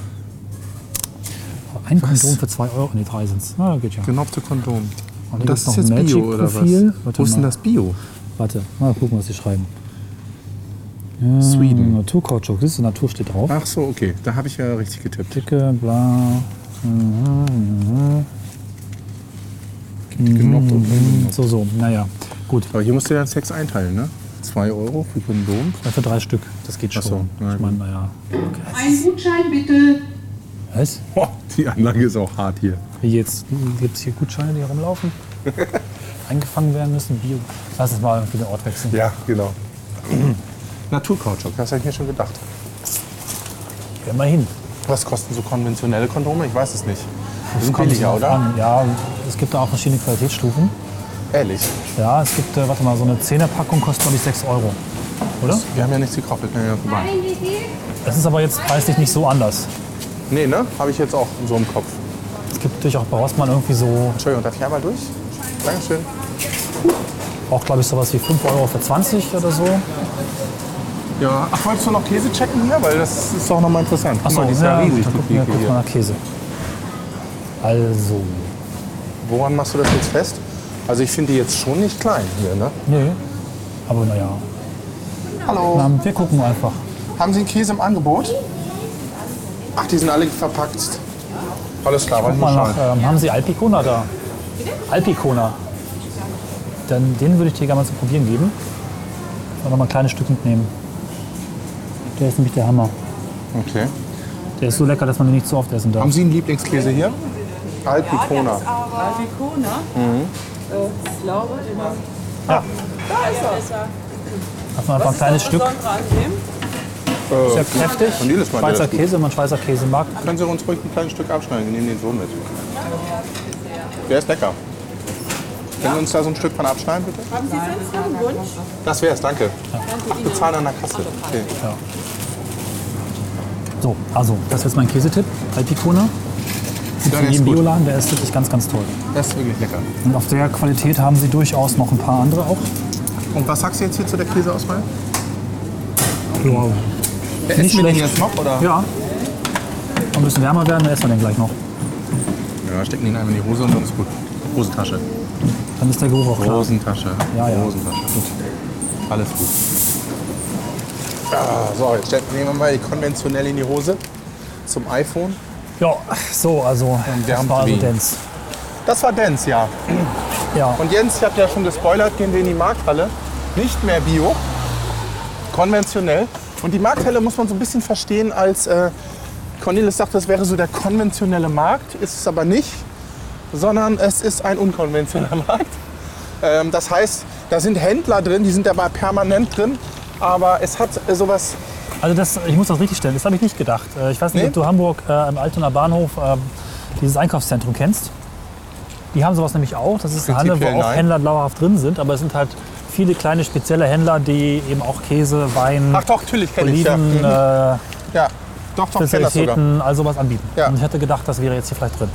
[SPEAKER 3] Ein
[SPEAKER 2] Was? Genau.
[SPEAKER 3] Kondom für 2 Euro. Ne, drei sind's. Ah, geht ja.
[SPEAKER 2] genoppte Kondom.
[SPEAKER 3] Und
[SPEAKER 2] Und das
[SPEAKER 3] hier
[SPEAKER 2] ist jetzt
[SPEAKER 3] gibt's noch ein
[SPEAKER 2] Bio oder was?
[SPEAKER 3] Magic-Profil. Warte
[SPEAKER 2] Wo ist denn
[SPEAKER 3] mal.
[SPEAKER 2] das Bio?
[SPEAKER 3] Warte, mal gucken, was sie schreiben. Hm.
[SPEAKER 2] Sweden.
[SPEAKER 3] Naturkautschuk, siehst du, Natur steht drauf.
[SPEAKER 2] Ach so, okay. Da habe ich ja richtig getippt.
[SPEAKER 3] Dicke, bla. Hm.
[SPEAKER 2] Genoppt und ungenoppt.
[SPEAKER 3] Mhm, So, so, naja. Gut,
[SPEAKER 2] Aber hier musst du ja Sex einteilen, ne? 2 Euro für Kondom.
[SPEAKER 3] dafür drei Stück. Das geht schon.
[SPEAKER 2] Ach so, na
[SPEAKER 3] ich meine, naja.
[SPEAKER 4] Ein Gutschein bitte.
[SPEAKER 3] Was?
[SPEAKER 2] [LAUGHS] Boah, die Anlage ist auch hart hier.
[SPEAKER 3] Wie jetzt? Gibt es hier Gutscheine, die
[SPEAKER 2] [LAUGHS]
[SPEAKER 3] hier rumlaufen? Eingefangen werden müssen? Bio. Lass uns mal wieder Ort wechseln.
[SPEAKER 2] Ja, genau. [CLEARS THROAT] Naturkautschuk, das habe ich mir schon gedacht.
[SPEAKER 3] Ja, immerhin.
[SPEAKER 2] Was kosten so konventionelle Kondome? Ich weiß es nicht. Die sind
[SPEAKER 3] Kommt
[SPEAKER 2] billiger,
[SPEAKER 3] drauf
[SPEAKER 2] oder?
[SPEAKER 3] an. Ja, es gibt da auch verschiedene Qualitätsstufen.
[SPEAKER 2] Ehrlich.
[SPEAKER 3] Ja, es gibt, äh, warte mal, so eine 10er-Packung kostet, glaube ich, 6 Euro. Oder?
[SPEAKER 2] Wir haben ja nichts gekauft, wir können ja vorbei.
[SPEAKER 5] Nein, wie viel?
[SPEAKER 3] Das ist aber jetzt preislich nicht so anders.
[SPEAKER 2] Nee, ne? Habe ich jetzt auch so im Kopf.
[SPEAKER 3] Es gibt natürlich auch bei Rossmann irgendwie so,
[SPEAKER 2] Entschuldigung, darf ich einmal durch? Dankeschön.
[SPEAKER 3] auch glaube ich sowas wie 5 Euro für 20 oder so.
[SPEAKER 2] Ja. Ach, wolltest du noch Käse checken hier? Weil das ist doch nochmal interessant. Guck
[SPEAKER 3] Achso,
[SPEAKER 2] mal, die Genau, ist ja, riesig,
[SPEAKER 3] dann
[SPEAKER 2] die
[SPEAKER 3] gucken wir,
[SPEAKER 2] Theke
[SPEAKER 3] gucken wir
[SPEAKER 2] hier.
[SPEAKER 3] nach Käse. Also,
[SPEAKER 2] Woran machst du das jetzt fest? Also ich finde die jetzt schon nicht klein hier, ne?
[SPEAKER 3] nee, aber naja.
[SPEAKER 2] Hallo.
[SPEAKER 3] Na, wir gucken einfach.
[SPEAKER 2] Haben Sie einen Käse im Angebot? Ach, die sind alle verpackt. Alles klar,
[SPEAKER 3] Guck
[SPEAKER 2] wollen wir
[SPEAKER 3] mal nach,
[SPEAKER 2] schauen.
[SPEAKER 3] ähm, haben Sie Alpicona da? Alpicona. Dann, den würde ich dir gerne mal zu probieren geben. Und noch mal ein kleines Stück mitnehmen. Der ist nämlich der Hammer.
[SPEAKER 2] Okay.
[SPEAKER 3] Der ist so lecker, dass man ihn nicht zu oft essen darf.
[SPEAKER 2] Haben Sie einen Lieblingskäse hier? Alpicona.
[SPEAKER 6] Aber Balkona? Äh, ich glaube, immer. Da
[SPEAKER 3] Ah,
[SPEAKER 6] ist er. Ist
[SPEAKER 3] darf man einfach ein kleines Stück.
[SPEAKER 2] Äh,
[SPEAKER 3] Sehr kräftig.
[SPEAKER 2] Von Lidl ist mal
[SPEAKER 3] Schweizer
[SPEAKER 2] relativ gut.
[SPEAKER 3] Käse, wenn man Schweizer Käse mag.
[SPEAKER 2] Können Sie uns ruhig ein kleines Stück abschneiden? Wir nehmen den so mit. Der ist lecker. Können Sie uns da so ein Stück von abschneiden, bitte?
[SPEAKER 6] Haben Sie sonst noch einen Wunsch?
[SPEAKER 2] Das wär's, danke. Ach, bezahlen an der Kasse. Okay.
[SPEAKER 3] So, also, das ist jetzt mein Käsetipp. Alpicona.
[SPEAKER 2] Ja,
[SPEAKER 3] Von
[SPEAKER 2] der
[SPEAKER 3] jedem
[SPEAKER 2] ist gut.
[SPEAKER 3] Bioladen, der ist wirklich ganz, ganz toll.
[SPEAKER 2] Das ist wirklich lecker.
[SPEAKER 3] Und auf der Qualität haben sie durchaus noch ein paar andere auch.
[SPEAKER 2] Und was sagst du jetzt hier zu der Käseauswahl?
[SPEAKER 3] Wow.
[SPEAKER 2] Der
[SPEAKER 3] Nicht
[SPEAKER 2] wir den
[SPEAKER 3] schlecht.
[SPEAKER 2] jetzt noch, oder?
[SPEAKER 3] Ja. Ein bisschen wärmer werden, dann essen wir den gleich noch.
[SPEAKER 2] Ja, stecken den einmal in die Hose und dann ist gut. Hosentasche.
[SPEAKER 3] Dann ist der Geruch auch
[SPEAKER 2] Oh.
[SPEAKER 3] klar.
[SPEAKER 2] Hosentasche.
[SPEAKER 3] Ja, ja.
[SPEAKER 2] Hosentasche. Alles gut. Ah, so, jetzt stecken- nehmen wir mal die konventionell in die Hose zum iPhone.
[SPEAKER 3] Ja, so, also,
[SPEAKER 2] wir
[SPEAKER 3] das
[SPEAKER 2] haben
[SPEAKER 3] war also
[SPEAKER 2] Wien.
[SPEAKER 3] Dance.
[SPEAKER 2] Das war Dance, ja.
[SPEAKER 3] Ja,
[SPEAKER 2] Und Jens, ich habe ja schon gespoilert, gehen wir in die Markthalle. Nicht mehr Bio, konventionell. Und die Markthalle muss man so ein bisschen verstehen als, äh, Cornelis sagt, das wäre so der konventionelle Markt. Ist es aber nicht, sondern es ist ein unkonventioneller [LAUGHS] Markt. Ähm, das heißt, da sind Händler drin, die sind dabei permanent drin. Aber es hat äh, sowas,
[SPEAKER 3] also das, ich muss das richtig stellen, das habe ich nicht gedacht. Äh, Ich weiß nicht,
[SPEAKER 2] Nee?
[SPEAKER 3] ob du Hamburg äh, im Altonaer Bahnhof äh, dieses Einkaufszentrum kennst. Die haben sowas nämlich auch. Das ist eine Halle, wo
[SPEAKER 2] Prinzipiell
[SPEAKER 3] auch
[SPEAKER 2] nein.
[SPEAKER 3] Händler dauerhaft drin sind, aber es sind halt viele kleine spezielle Händler, die eben auch Käse, Wein,
[SPEAKER 2] ach doch, natürlich kenne ich ja.
[SPEAKER 3] Oliven,
[SPEAKER 2] Mhm.
[SPEAKER 3] äh,
[SPEAKER 2] Ja, doch, doch, kenne das sogar.
[SPEAKER 3] Spezialitäten, all sowas anbieten.
[SPEAKER 2] Ja.
[SPEAKER 3] Und ich hätte gedacht, das wäre jetzt hier vielleicht drin.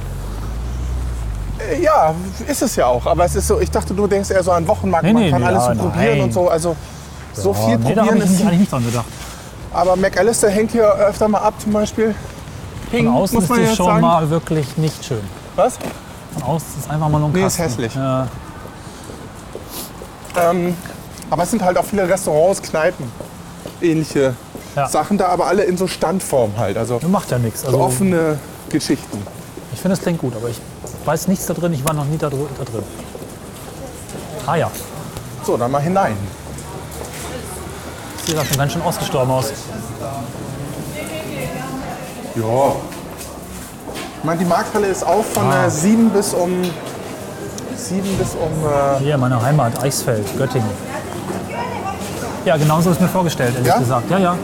[SPEAKER 2] Äh, Ja, ist es ja auch. Aber es ist so, ich dachte, du denkst eher so an Wochenmarkt.
[SPEAKER 3] Nee,
[SPEAKER 2] Man
[SPEAKER 3] nee,
[SPEAKER 2] kann
[SPEAKER 3] nee,
[SPEAKER 2] alles so
[SPEAKER 3] ja,
[SPEAKER 2] probieren
[SPEAKER 3] nein.
[SPEAKER 2] und so. Also so viel
[SPEAKER 3] nee, da habe
[SPEAKER 2] probieren
[SPEAKER 3] ich
[SPEAKER 2] ist.
[SPEAKER 3] eigentlich nicht dran gedacht.
[SPEAKER 2] Aber McAllister hängt hier öfter mal ab, zum Beispiel. Hing,
[SPEAKER 3] Von außen
[SPEAKER 2] muss
[SPEAKER 3] ist
[SPEAKER 2] man
[SPEAKER 3] die
[SPEAKER 2] jetzt
[SPEAKER 3] schon
[SPEAKER 2] sagen.
[SPEAKER 3] mal wirklich nicht schön.
[SPEAKER 2] Was?
[SPEAKER 3] Von außen ist einfach mal nur ein
[SPEAKER 2] Nee, ist
[SPEAKER 3] Kasten.
[SPEAKER 2] hässlich.
[SPEAKER 3] Ja.
[SPEAKER 2] Ähm, aber es sind halt auch viele Restaurants, Kneipen, ähnliche
[SPEAKER 3] Ja.
[SPEAKER 2] Sachen da, aber alle in so Standform halt. Also so
[SPEAKER 3] macht ja nichts. Also,
[SPEAKER 2] offene Geschichten.
[SPEAKER 3] Ich finde, es klingt gut, aber ich weiß nichts da drin. Ich war noch nie da, dr- da drin. Ah ja,
[SPEAKER 2] So, dann mal hinein.
[SPEAKER 3] sieht ja schon ganz schön ausgestorben aus.
[SPEAKER 2] Ja. Ich meine, die Markthalle ist auch von
[SPEAKER 3] Ah.
[SPEAKER 2] äh, 7 bis um 7 bis um äh,
[SPEAKER 3] Hier, meine Heimat, Eichsfeld, Göttingen. Ja, genau so ist mir vorgestellt, ehrlich
[SPEAKER 2] Ja?
[SPEAKER 3] gesagt. Ja, ja.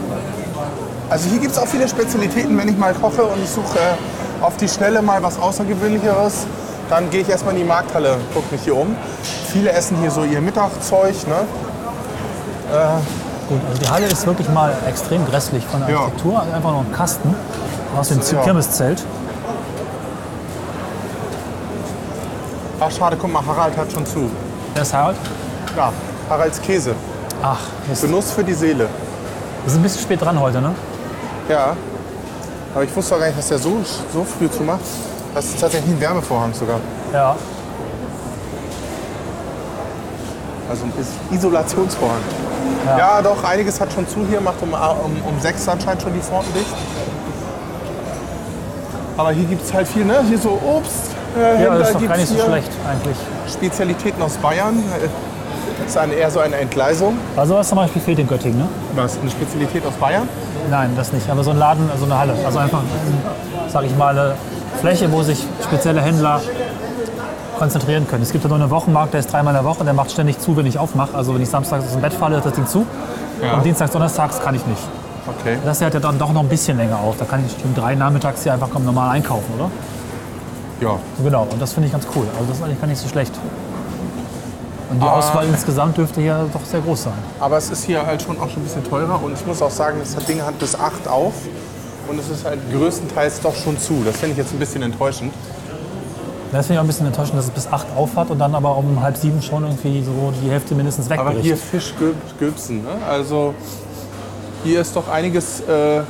[SPEAKER 2] Also hier gibt es auch viele Spezialitäten. Wenn ich mal koche und ich suche äh, auf die Schnelle mal was Außergewöhnlicheres, dann gehe ich erstmal in die Markthalle, gucke mich hier um. Viele essen hier so ihr Mittagszeug. Ne?
[SPEAKER 3] Gut, also die Halle ist wirklich mal extrem grässlich von der
[SPEAKER 2] Ja.
[SPEAKER 3] Architektur. Also einfach nur ein Kasten aus dem
[SPEAKER 2] Ja.
[SPEAKER 3] Kirmeszelt.
[SPEAKER 2] Ach schade, guck mal, Harald hat schon zu.
[SPEAKER 3] Der ist Harald.
[SPEAKER 2] Ja, Haralds Käse.
[SPEAKER 3] Ach, Mist. wir
[SPEAKER 2] Genuss für die Seele.
[SPEAKER 3] sind ein bisschen spät dran heute, ne?
[SPEAKER 2] Ja. Aber ich wusste auch gar nicht, dass der so, so früh zumacht. Das ist tatsächlich ein Wärmevorhang sogar.
[SPEAKER 3] Ja.
[SPEAKER 2] Also ein Isolationsvorhang. Ja. doch, einiges hat schon zu hier, macht um, um, um 6 anscheinend schon die Pforten dicht. Aber hier gibt es halt viel, ne? Hier so Obst. Äh,
[SPEAKER 3] Ja, das
[SPEAKER 2] Händler
[SPEAKER 3] ist doch
[SPEAKER 2] gibt's
[SPEAKER 3] gar nicht so
[SPEAKER 2] hier.
[SPEAKER 3] schlecht eigentlich.
[SPEAKER 2] Spezialitäten aus Bayern. Äh, Ist eine, eher so eine Entgleisung.
[SPEAKER 3] Also was zum Beispiel fehlt in Göttingen, ne?
[SPEAKER 2] Was? Eine Spezialität aus Bayern?
[SPEAKER 3] Nein, das nicht. Aber so ein Laden, so eine Halle. Also einfach, sage ich mal, eine Fläche, wo sich spezielle Händler konzentrieren können. Es gibt ja so einen Wochenmarkt, der ist dreimal in der Woche, der macht ständig zu, wenn ich aufmache. Also wenn ich samstags aus dem Bett falle, ist das Ding zu.
[SPEAKER 2] Ja.
[SPEAKER 3] Und dienstags, donnerstags kann ich nicht.
[SPEAKER 2] Okay.
[SPEAKER 3] Das hält ja dann doch noch ein bisschen länger auf. Da kann ich um drei nachmittags hier einfach komm, normal einkaufen, oder?
[SPEAKER 2] Ja.
[SPEAKER 3] Genau, und das finde ich ganz cool. Also das ist eigentlich gar nicht so schlecht. Und die Auswahl insgesamt dürfte hier doch sehr groß sein.
[SPEAKER 2] Aber es ist hier halt schon auch schon ein bisschen teurer und ich muss auch sagen, das Ding hat bis 8 auf und es ist halt größtenteils doch schon zu. Das finde ich jetzt ein bisschen enttäuschend.
[SPEAKER 3] Das finde ich auch ein bisschen enttäuschend, dass es bis 8 auf hat und dann aber um halb sieben schon irgendwie so die Hälfte mindestens
[SPEAKER 2] Aber
[SPEAKER 3] wegbricht.
[SPEAKER 2] hier Fisch gib- Gibson, ne? Also hier ist doch einiges äh,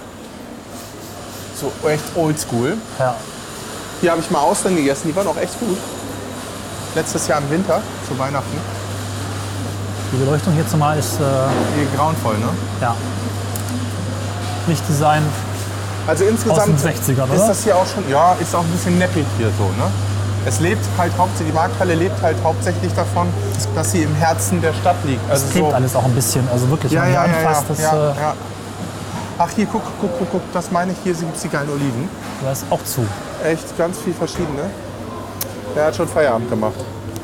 [SPEAKER 2] so echt oldschool.
[SPEAKER 3] Ja.
[SPEAKER 2] Hier habe ich mal Austern gegessen, die waren auch echt gut. Letztes Jahr im Winter, zu Weihnachten.
[SPEAKER 3] Die Beleuchtung hier zumal ist äh,
[SPEAKER 2] Hier grauenvoll, ne?
[SPEAKER 3] ja, Lichtdesign.
[SPEAKER 2] Also insgesamt
[SPEAKER 3] Aus den 60ern,
[SPEAKER 2] ist
[SPEAKER 3] oder?
[SPEAKER 2] das hier auch schon, ja, ist auch ein bisschen neppig hier so, ne? Es lebt halt hauptsächlich, die Markthalle lebt halt hauptsächlich davon, dass sie im Herzen der Stadt liegt. Also
[SPEAKER 3] Es klebt
[SPEAKER 2] so,
[SPEAKER 3] alles auch ein bisschen. Also wirklich,
[SPEAKER 2] ja,
[SPEAKER 3] wenn man
[SPEAKER 2] ja,
[SPEAKER 3] die
[SPEAKER 2] ja, ja,
[SPEAKER 3] anfasst, das,
[SPEAKER 2] ja,
[SPEAKER 3] äh,
[SPEAKER 2] ja. Ach, hier, guck, guck, guck, guck, das meine ich. Hier gibt es die geilen Oliven.
[SPEAKER 7] Du hast auch zu.
[SPEAKER 2] Echt ganz viel verschiedene. Er hat schon Feierabend gemacht.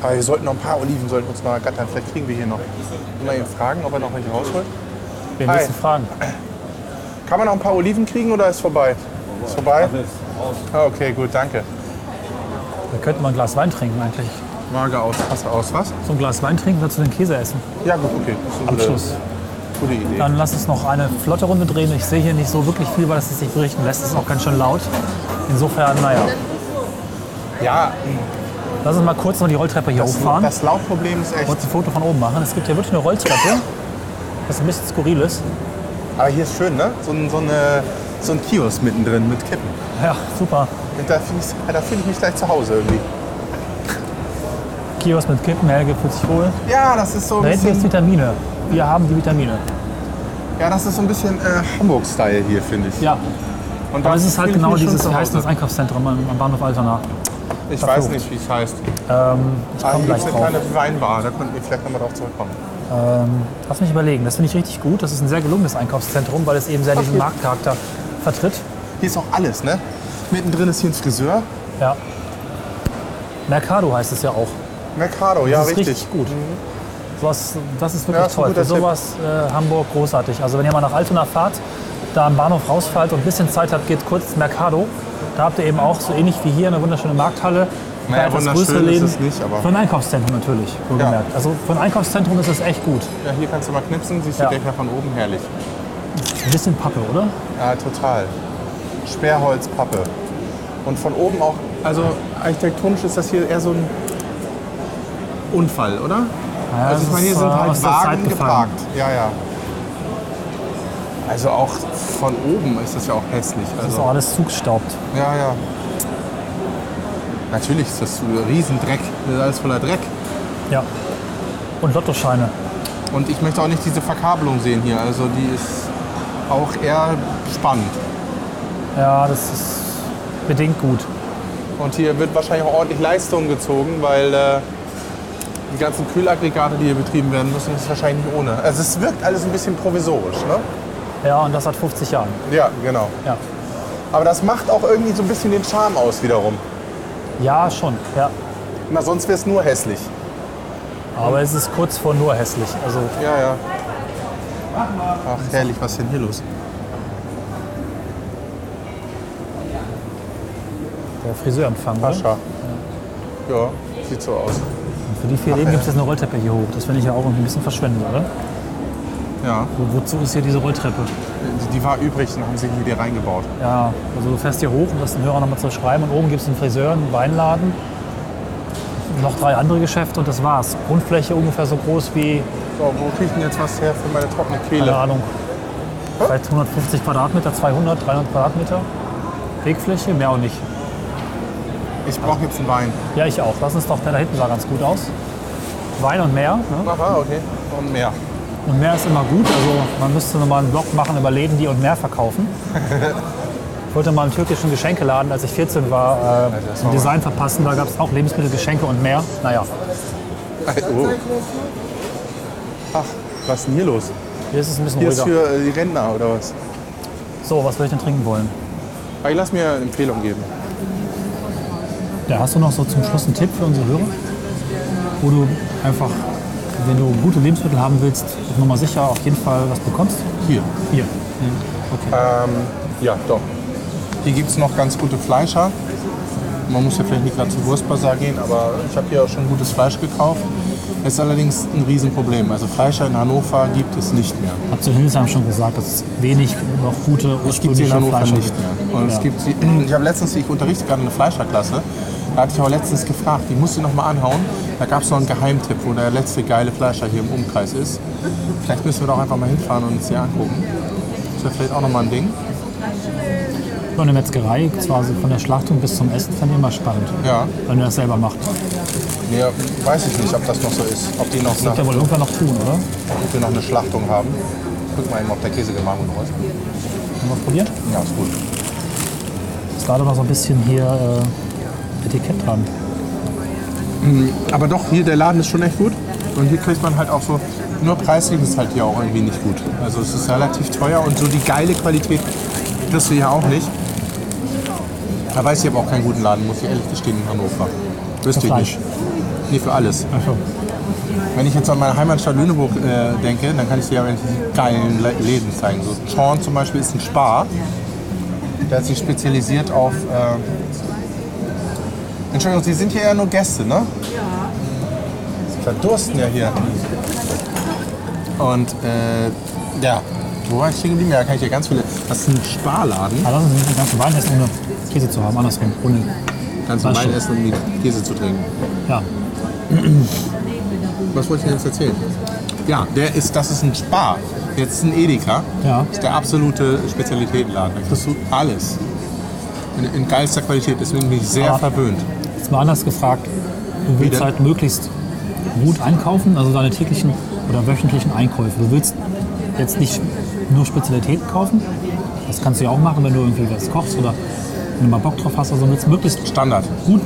[SPEAKER 2] Aber wir sollten noch ein paar Oliven sollten uns mal gattern. Vielleicht kriegen wir hier noch. Mal ihn fragen, ob er noch welche rausholt.
[SPEAKER 3] Wen
[SPEAKER 2] Hi.
[SPEAKER 3] willst du fragen?
[SPEAKER 2] Kann man noch ein paar Oliven kriegen oder ist vorbei? Ist vorbei? Ah, Okay, gut, danke.
[SPEAKER 3] Da könnte man ein Glas Wein trinken eigentlich.
[SPEAKER 2] Mager aus, Wasser aus, was?
[SPEAKER 3] So ein Glas Wein trinken, dazu den Käse essen.
[SPEAKER 2] Ja, gut, okay. Das ist eine
[SPEAKER 3] Am
[SPEAKER 2] gute,
[SPEAKER 3] Schluss.
[SPEAKER 2] Gute Idee.
[SPEAKER 3] Dann lass uns noch eine flotte Runde drehen. Ich sehe hier nicht so wirklich viel, weil es sich berichten lässt. Es ist auch ganz schön laut. Insofern, naja.
[SPEAKER 2] ja,
[SPEAKER 3] Lass uns mal kurz noch die Rolltreppe hier
[SPEAKER 2] das,
[SPEAKER 3] hochfahren.
[SPEAKER 2] das Laufproblem ist echt.
[SPEAKER 3] Kurz ein Foto von oben machen. Es gibt hier wirklich eine Rolltreppe, was ein bisschen skurril ist.
[SPEAKER 2] Aber hier ist schön, ne? So, ein- so, eine, so ein Kiosk mittendrin mit Kippen.
[SPEAKER 3] Ja, super.
[SPEAKER 2] Da fühle ich, da fühl ich mich gleich zu Hause irgendwie.
[SPEAKER 3] Kiosk mit Kippen, Helge fühlt sich wohl.
[SPEAKER 2] Ja, das ist so ein
[SPEAKER 3] Da hinten
[SPEAKER 2] bisschen,
[SPEAKER 3] gibt Vitamine. Wir haben die Vitamine.
[SPEAKER 2] ja, das ist so ein bisschen äh, Hamburg-Style hier, finde ich.
[SPEAKER 3] Ja,
[SPEAKER 2] Und
[SPEAKER 3] aber
[SPEAKER 2] das
[SPEAKER 3] es ist halt
[SPEAKER 2] fühle ich
[SPEAKER 3] genau
[SPEAKER 2] mich schon
[SPEAKER 3] dieses,
[SPEAKER 2] zu
[SPEAKER 3] wie heißt
[SPEAKER 2] Hause.
[SPEAKER 3] das Einkaufszentrum am am Bahnhof Altona?
[SPEAKER 2] Ich weiß nicht, wie es heißt.
[SPEAKER 3] Ähm, ich
[SPEAKER 2] Ah,
[SPEAKER 3] komme
[SPEAKER 2] hier
[SPEAKER 3] gleich
[SPEAKER 2] ist eine
[SPEAKER 3] drauf.
[SPEAKER 2] kleine Weinbar, da könnten wir vielleicht nochmal drauf zurückkommen.
[SPEAKER 3] Ähm, lass mich überlegen. Das finde ich richtig gut. Das ist ein sehr gelungenes Einkaufszentrum, weil es eben sehr diesen Marktcharakter vertritt.
[SPEAKER 2] Hier ist auch alles, ne? Mittendrin ist hier ein Friseur.
[SPEAKER 3] Ja. Mercado heißt es ja auch.
[SPEAKER 2] Mercado, ja,
[SPEAKER 3] Das ist
[SPEAKER 2] richtig.
[SPEAKER 3] richtig gut. Sowas, das ist
[SPEAKER 2] Ja,
[SPEAKER 3] wirklich
[SPEAKER 2] das ist ein
[SPEAKER 3] toll.
[SPEAKER 2] guter
[SPEAKER 3] Für sowas äh, Hamburg großartig. Also wenn ihr mal nach Altona fahrt, da am Bahnhof rausfahrt und ein bisschen Zeit habt, geht kurz ins Mercado. Da habt ihr eben auch so ähnlich wie hier eine wunderschöne Markthalle. Ein paar
[SPEAKER 2] Naja,
[SPEAKER 3] etwas
[SPEAKER 2] wunderschön
[SPEAKER 3] größere
[SPEAKER 2] ist
[SPEAKER 3] Läden.
[SPEAKER 2] es nicht, aber-
[SPEAKER 3] Für ein Einkaufszentrum natürlich, wohlgemerkt. Also für ein Einkaufszentrum ist es echt gut.
[SPEAKER 2] Ja, hier kannst du mal knipsen, siehst
[SPEAKER 3] Ja.
[SPEAKER 2] du gleich mal von oben herrlich.
[SPEAKER 3] Ein bisschen Pappe, oder?
[SPEAKER 2] Ja, total. Sperrholzpappe. Und von oben auch, also architektonisch ist das hier eher so ein Unfall, oder?
[SPEAKER 3] Ja,
[SPEAKER 2] also ich
[SPEAKER 3] das
[SPEAKER 2] meine, hier
[SPEAKER 3] ist,
[SPEAKER 2] sind
[SPEAKER 3] äh,
[SPEAKER 2] halt
[SPEAKER 3] aus der
[SPEAKER 2] Wagen
[SPEAKER 3] Zeit gefallen.
[SPEAKER 2] geparkt. Ja, ja. Also auch von oben ist das ja auch hässlich.
[SPEAKER 3] Das
[SPEAKER 2] Also,
[SPEAKER 3] ist auch alles zugstaubt.
[SPEAKER 2] ja, ja. Natürlich ist das ein Riesendreck. Das ist alles voller Dreck.
[SPEAKER 3] Ja. Und Lottoscheine.
[SPEAKER 2] Und ich möchte auch nicht diese Verkabelung sehen hier. Also die ist auch eher spannend.
[SPEAKER 3] Ja, das ist bedingt gut.
[SPEAKER 2] Und hier wird wahrscheinlich auch ordentlich Leistung gezogen, weil äh, die ganzen Kühlaggregate, die hier betrieben werden müssen, ist wahrscheinlich nicht ohne. Also es wirkt alles ein bisschen provisorisch, ne?
[SPEAKER 3] Ja, und das hat 50 Jahre.
[SPEAKER 2] Ja, genau.
[SPEAKER 3] Ja.
[SPEAKER 2] Aber das macht auch irgendwie so ein bisschen den Charme aus wiederum.
[SPEAKER 3] Ja, schon. Ja.
[SPEAKER 2] Na, sonst wäre es nur hässlich.
[SPEAKER 3] Aber es ist kurz vor nur hässlich. Also
[SPEAKER 2] Ja, ja. Ach, herrlich, was ist denn hier los?
[SPEAKER 3] der Friseurempfang, ne? oder?
[SPEAKER 2] Pascha. Ne? Ja, sieht so aus.
[SPEAKER 3] Und für die vier Leben gibt es jetzt eine Rolltreppe hier hoch. Das finde ich ja auch irgendwie ein bisschen verschwendend, oder?
[SPEAKER 2] Ja,
[SPEAKER 3] Wo, wozu ist hier diese Rolltreppe?
[SPEAKER 2] die- die war übrig, dann haben sie die hier reingebaut.
[SPEAKER 3] Ja, also du fährst hier hoch, um das den Hörern nochmal zu schreiben. Und oben gibt es einen Friseur, einen Weinladen, noch drei andere Geschäfte und das war's. Grundfläche ungefähr so groß wie,
[SPEAKER 2] So, wo kriege ich denn jetzt was her für meine trockene
[SPEAKER 3] keine
[SPEAKER 2] Kehle?
[SPEAKER 3] Ahnung, vielleicht 150 Quadratmeter, 200, 300 Quadratmeter. Wegfläche, mehr auch nicht.
[SPEAKER 2] Ich brauche jetzt einen Wein.
[SPEAKER 3] Ja, ich auch. Lass uns doch, der da hinten sah ganz gut aus. Wein und mehr. Ne?
[SPEAKER 2] Aha, okay. Und mehr.
[SPEAKER 3] Und mehr ist immer gut. Also man müsste nochmal einen Blog machen über Läden, die und
[SPEAKER 2] [LAUGHS]
[SPEAKER 3] mehr verkaufen. Ich wollte mal im türkischen Geschenkeladen, als ich 14 war, äh,
[SPEAKER 2] das
[SPEAKER 3] ein
[SPEAKER 2] war
[SPEAKER 3] Design verpassen. Da gab es auch Lebensmittel, Geschenke und mehr. Naja,
[SPEAKER 2] Oh. Ach, was ist denn hier los?
[SPEAKER 3] hier ist es ein bisschen
[SPEAKER 2] Hier ist
[SPEAKER 3] ruhiger.
[SPEAKER 2] für äh, die Rentner oder was?
[SPEAKER 3] So, was will ich denn trinken wollen?
[SPEAKER 2] Aber Ich lass mir eine Empfehlung geben.
[SPEAKER 3] Ja, hast du noch so zum Schluss einen Tipp für unsere Hörer? Wo du einfach, wenn du gute Lebensmittel haben willst, auf Nummer sicher auf jeden Fall was bekommst?
[SPEAKER 2] Hier.
[SPEAKER 3] Hier.
[SPEAKER 2] Ja, doch. Hier gibt es noch ganz gute Fleischer. Man muss ja vielleicht nicht gerade zum Wurstbazar gehen, aber ich habe hier auch schon gutes Fleisch gekauft. Das ist allerdings ein Riesenproblem. Also Fleischer in Hannover gibt es nicht mehr.
[SPEAKER 3] Hab zu Hildesheim schon gesagt, dass es wenig noch gute
[SPEAKER 2] Es gibt sie in
[SPEAKER 3] ursprüngliche
[SPEAKER 2] Hannover
[SPEAKER 3] Fleischer
[SPEAKER 2] nicht
[SPEAKER 3] gibt.
[SPEAKER 2] mehr. Und es
[SPEAKER 3] Ja.
[SPEAKER 2] gibt sie, [CLEARS THROAT] ich habe letztens, ich unterrichte gerade eine Fleischerklasse, da hatte ich auch letztens gefragt, die musste noch mal anhauen. Da gab es noch einen Geheimtipp, wo der letzte geile Fleischer hier im Umkreis ist. Vielleicht müssen wir doch einfach mal hinfahren und uns die angucken. Das wäre vielleicht auch noch mal ein Ding.
[SPEAKER 3] So eine Metzgerei, quasi von der Schlachtung bis zum Essen, fand ich immer spannend.
[SPEAKER 2] Ja.
[SPEAKER 3] Wenn du das selber machst. Das
[SPEAKER 2] Nee, weiß ich nicht, ob das noch so ist. Ob die noch,
[SPEAKER 3] wird ja wohl irgendwann noch tun, oder?
[SPEAKER 2] ob wir noch eine Schlachtung haben. Guck mal eben, ob der Käse gemahlen raus.
[SPEAKER 3] Haben wir es probiert?
[SPEAKER 2] Ja, ist gut.
[SPEAKER 3] Ist gerade noch so ein bisschen hier äh, Etikett dran.
[SPEAKER 2] Aber doch, hier der Laden ist schon echt gut. Und hier kriegt man halt auch so Nur preislich ist halt hier auch irgendwie nicht gut. Also es ist relativ teuer und so die geile Qualität kriegst du hier auch nicht. Da weiß ich aber auch keinen guten Laden, muss ich ehrlich gestehen, in Hannover. Wüsste ich
[SPEAKER 3] Fleisch.
[SPEAKER 2] nicht. Nee, für alles. Wenn ich jetzt an meine Heimatstadt Lüneburg äh, denke, dann kann ich dir ja die geilen Le- Läden zeigen. So Sean zum Beispiel ist ein Spar. Der hat sich spezialisiert auf. Äh, Entschuldigung, Sie sind hier ja nur Gäste, ne? Ja. Sie verdursten ja hier. Und äh, ja, wo war ich stehen geblieben? Ja, kann ich hier ganz viele. Das ist ein Sparladen.
[SPEAKER 3] Aber lass uns nicht den ganzen Wein essen, ohne Käse zu haben. Andersrum, ohne.
[SPEAKER 2] Kannst du
[SPEAKER 3] Fast
[SPEAKER 2] Wein
[SPEAKER 3] schon.
[SPEAKER 2] essen, um die Käse zu trinken.
[SPEAKER 3] Ja,
[SPEAKER 2] Was wollte ich denn jetzt erzählen? Ja, der ist, das ist ein Spar. Jetzt ist ein Edeka.
[SPEAKER 3] Ja.
[SPEAKER 2] Das ist der absolute Spezialitätenladen. Da kriegst du alles. In, in geilster Qualität. Deswegen bin ich sehr
[SPEAKER 3] Aber-
[SPEAKER 2] verwöhnt.
[SPEAKER 3] jetzt mal anders gefragt. Du
[SPEAKER 2] Wie
[SPEAKER 3] willst
[SPEAKER 2] denn?
[SPEAKER 3] halt möglichst gut einkaufen, also deine täglichen oder wöchentlichen Einkäufe. Du willst jetzt nicht nur Spezialitäten kaufen. Das kannst du ja auch machen, wenn du irgendwie was kochst oder wenn du mal Bock drauf hast. Also du willst möglichst
[SPEAKER 2] Standard.
[SPEAKER 3] gut,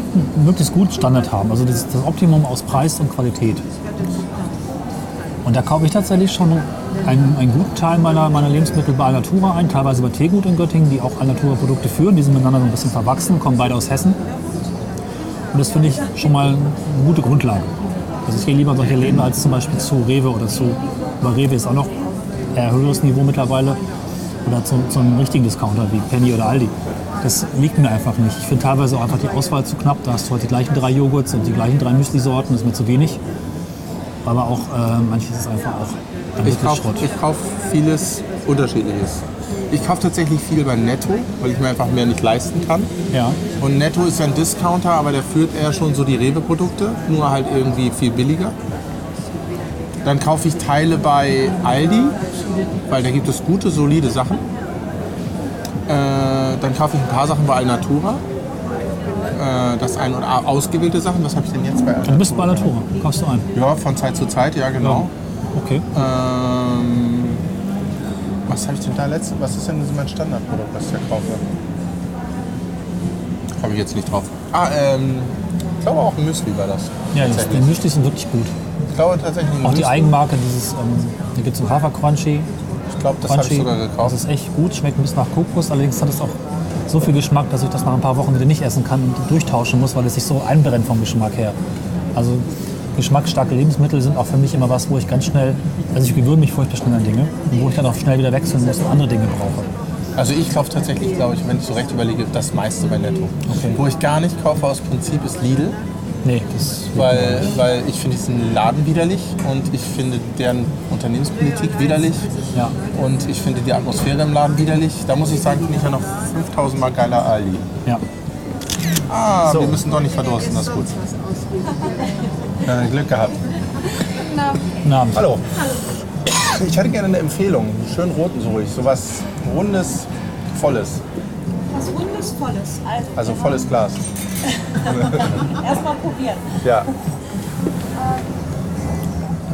[SPEAKER 3] möglichst gut Standard haben. Also das, das Optimum aus Preis und Qualität. Und da kaufe ich tatsächlich schon einen, einen guten Teil meiner, meiner Lebensmittel bei Alnatura ein, teilweise bei Teegut in Göttingen, die auch Alnatura-Produkte führen. Die sind miteinander so ein bisschen verwachsen, kommen beide aus Hessen. Und das finde ich schon mal eine gute Grundlage. Also ich gehe lieber in solche Läden als zum Beispiel zu Rewe oder zu, aber Rewe ist auch noch eher höheres Niveau mittlerweile, oder zu, zu einem richtigen Discounter wie Penny oder Aldi. Das liegt mir einfach nicht. Ich finde teilweise auch einfach die Auswahl zu knapp. Da hast du halt die gleichen drei Joghurts und die gleichen drei Müsli-Sorten, das ist mir zu wenig. Aber auch äh, manches ist einfach auch dann
[SPEAKER 2] Ich
[SPEAKER 3] wirklich
[SPEAKER 2] kaufe
[SPEAKER 3] Schrott.
[SPEAKER 2] ich kauf vieles Unterschiedliches. Ich kaufe tatsächlich viel bei Netto, weil ich mir einfach mehr nicht leisten kann.
[SPEAKER 3] Ja,
[SPEAKER 2] Und Netto ist ja ein Discounter, aber der führt eher schon so die Rewe-Produkte, nur halt irgendwie viel billiger. Dann kaufe ich Teile bei Aldi, weil da gibt es gute, solide Sachen. Äh, dann kaufe ich ein paar Sachen bei Alnatura. Äh, das ein oder ausgewählte Sachen. Was habe ich denn jetzt bei Alnatura?
[SPEAKER 3] du bist bei Alnatura, kaufst du ein.
[SPEAKER 2] Ja, von Zeit zu Zeit, ja genau.
[SPEAKER 3] Okay.
[SPEAKER 2] Ähm, was habe ich denn da letzte? Was ist denn mein Standardprodukt, was ich da kaufe? Komme ich jetzt nicht drauf. Ah, ähm, ich glaube auch ein Müsli war das.
[SPEAKER 3] Ja, das, die
[SPEAKER 2] tatsächlich.
[SPEAKER 3] Müsli sind wirklich gut.
[SPEAKER 2] Ich glaube tatsächlich ein
[SPEAKER 3] Auch die
[SPEAKER 2] Müsli.
[SPEAKER 3] Eigenmarke, dieses, ähm, da gibt es so Hafer Crunchy,
[SPEAKER 2] Ich glaube, das habe ich sogar
[SPEAKER 3] das
[SPEAKER 2] gekauft.
[SPEAKER 3] ist echt gut, schmeckt ein bisschen nach Kokos, allerdings hat es auch so viel Geschmack, dass ich das nach ein paar Wochen wieder nicht essen kann und durchtauschen muss, weil es sich so einbrennt vom Geschmack her. Also geschmacksstarke Lebensmittel sind auch für mich immer was, wo ich ganz schnell, also ich gewöhne mich furchtbar schnell an Dinge, und wo ich dann auch schnell wieder wechseln muss und andere Dinge brauche.
[SPEAKER 2] Also ich kaufe tatsächlich, glaube ich, wenn ich so recht überlege, das meiste bei Netto. Wo ich gar nicht kaufe aus Prinzip ist Lidl,
[SPEAKER 3] Nee, das
[SPEAKER 2] weil, weil ich finde diesen Laden widerlich und ich finde deren Unternehmenspolitik widerlich.
[SPEAKER 3] ja,
[SPEAKER 2] Und ich finde die Atmosphäre im Laden widerlich. Da muss ich sagen, finde ich ja noch 5000 Mal geiler Ali.
[SPEAKER 3] ja.
[SPEAKER 2] Ah, wir müssen doch nicht verdursten, das ist gut. Ja, Glück gehabt.
[SPEAKER 3] Guten Abend.
[SPEAKER 2] Hallo. Ich hätte gerne eine Empfehlung. Einen schönen roten suche ich. Sowas rundes, volles.
[SPEAKER 8] Was Rundes, Volles. Also,
[SPEAKER 2] Also volles Glas.
[SPEAKER 8] erstmal probieren.
[SPEAKER 2] Ja,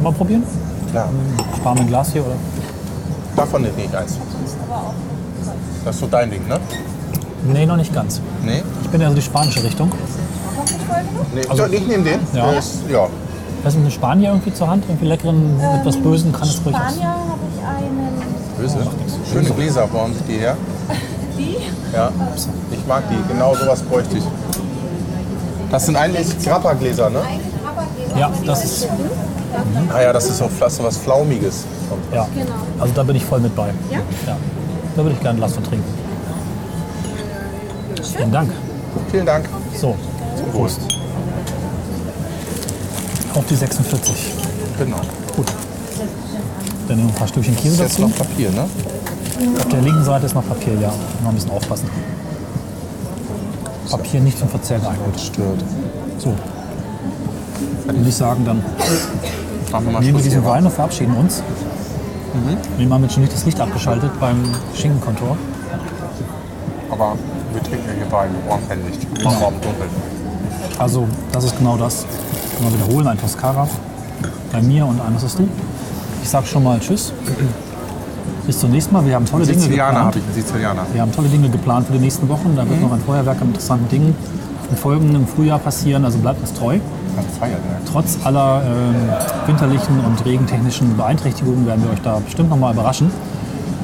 [SPEAKER 3] Mal probieren?
[SPEAKER 2] klar.
[SPEAKER 3] Sparen wir ein Glas hier, oder?
[SPEAKER 2] Davon nehme ich eins. Das ist so dein Ding, ne?
[SPEAKER 3] Nee, noch nicht ganz.
[SPEAKER 2] Nee?
[SPEAKER 3] Ich bin ja so die spanische Richtung.
[SPEAKER 2] nee. Also, ich nehme den.
[SPEAKER 3] Ja.
[SPEAKER 2] Der Ist, ja.
[SPEAKER 3] Was ist mit Spanier irgendwie zur Hand? Irgendwie leckeren, etwas Bösen kann es durchaus.
[SPEAKER 8] Spanier habe ich einen.
[SPEAKER 2] Böse. Schöne Gläser bauen sich die her. Die? Ja. Ich mag die. Genau sowas bräuchte ich. Das sind eigentlich Grappa-Gläser, ne?
[SPEAKER 3] Ja, das ist,
[SPEAKER 2] Ah ja, das ist so fast so was Flaumiges.
[SPEAKER 3] ja. Also da bin ich voll mit bei. Ja? Ja. Da würde ich gerne ein Glas von trinken. Vielen Dank.
[SPEAKER 2] Vielen Dank.
[SPEAKER 3] So,
[SPEAKER 2] Prost.
[SPEAKER 3] auf die 46.
[SPEAKER 2] Genau.
[SPEAKER 3] Dann nehmen wir ein paar Stückchen
[SPEAKER 2] Das ist
[SPEAKER 3] Käse
[SPEAKER 2] jetzt
[SPEAKER 3] dazu.
[SPEAKER 2] noch Papier, ne?
[SPEAKER 3] Auf der linken Seite ist noch Papier, ja. Noch ein bisschen aufpassen. Papier nicht zum Verzehr geeignet.
[SPEAKER 2] Oh, Stört.
[SPEAKER 3] So. Dann würde ich sagen, dann
[SPEAKER 2] Machen wir mal
[SPEAKER 3] nehmen wir
[SPEAKER 2] Schluss
[SPEAKER 3] diesen
[SPEAKER 2] hier. wa?
[SPEAKER 3] Wein und verabschieden uns.
[SPEAKER 2] Mhm.
[SPEAKER 3] Wir haben jetzt schon nicht das Licht abgeschaltet beim Schinkenkontor.
[SPEAKER 2] Aber wir trinken ja hier Wein. Wir brauchen kein Licht. Wir brauchen auch im Dunkeln.
[SPEAKER 3] Also, das ist genau das. Mal wiederholen, ein Toscara bei mir und ein, was ist du? Ich sag schon mal Tschüss. Bis zum nächsten Mal. Wir haben tolle Dinge
[SPEAKER 2] Sizilianer
[SPEAKER 3] geplant.
[SPEAKER 2] habe ich. Mhm. einen Sizilianer.
[SPEAKER 3] Wir haben tolle Dinge geplant für die nächsten Wochen. Da wird noch ein Feuerwerk an interessanten Dingen im folgenden Frühjahr passieren. Also bleibt uns treu.
[SPEAKER 2] Am Feuerwerk.
[SPEAKER 3] Trotz aller ähm, winterlichen und regentechnischen Beeinträchtigungen werden wir euch da bestimmt nochmal überraschen.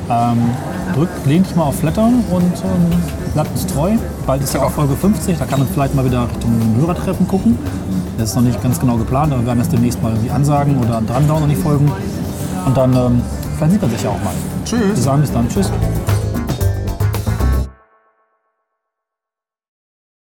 [SPEAKER 3] Ähm, drückt, lehnt mal auf Flattern und ähm, bleibt uns treu. Bald ist ja auch Folge 50, da kann man vielleicht mal wieder Richtung Hörertreffen gucken. Das ist noch nicht ganz genau geplant, aber wir werden das demnächst mal irgendwie ansagen oder dran dauern an die Folgen. Und dann, ähm, vielleicht sieht man sich ja auch mal.
[SPEAKER 2] Tschüss.
[SPEAKER 3] Wir sagen bis dann. Tschüss.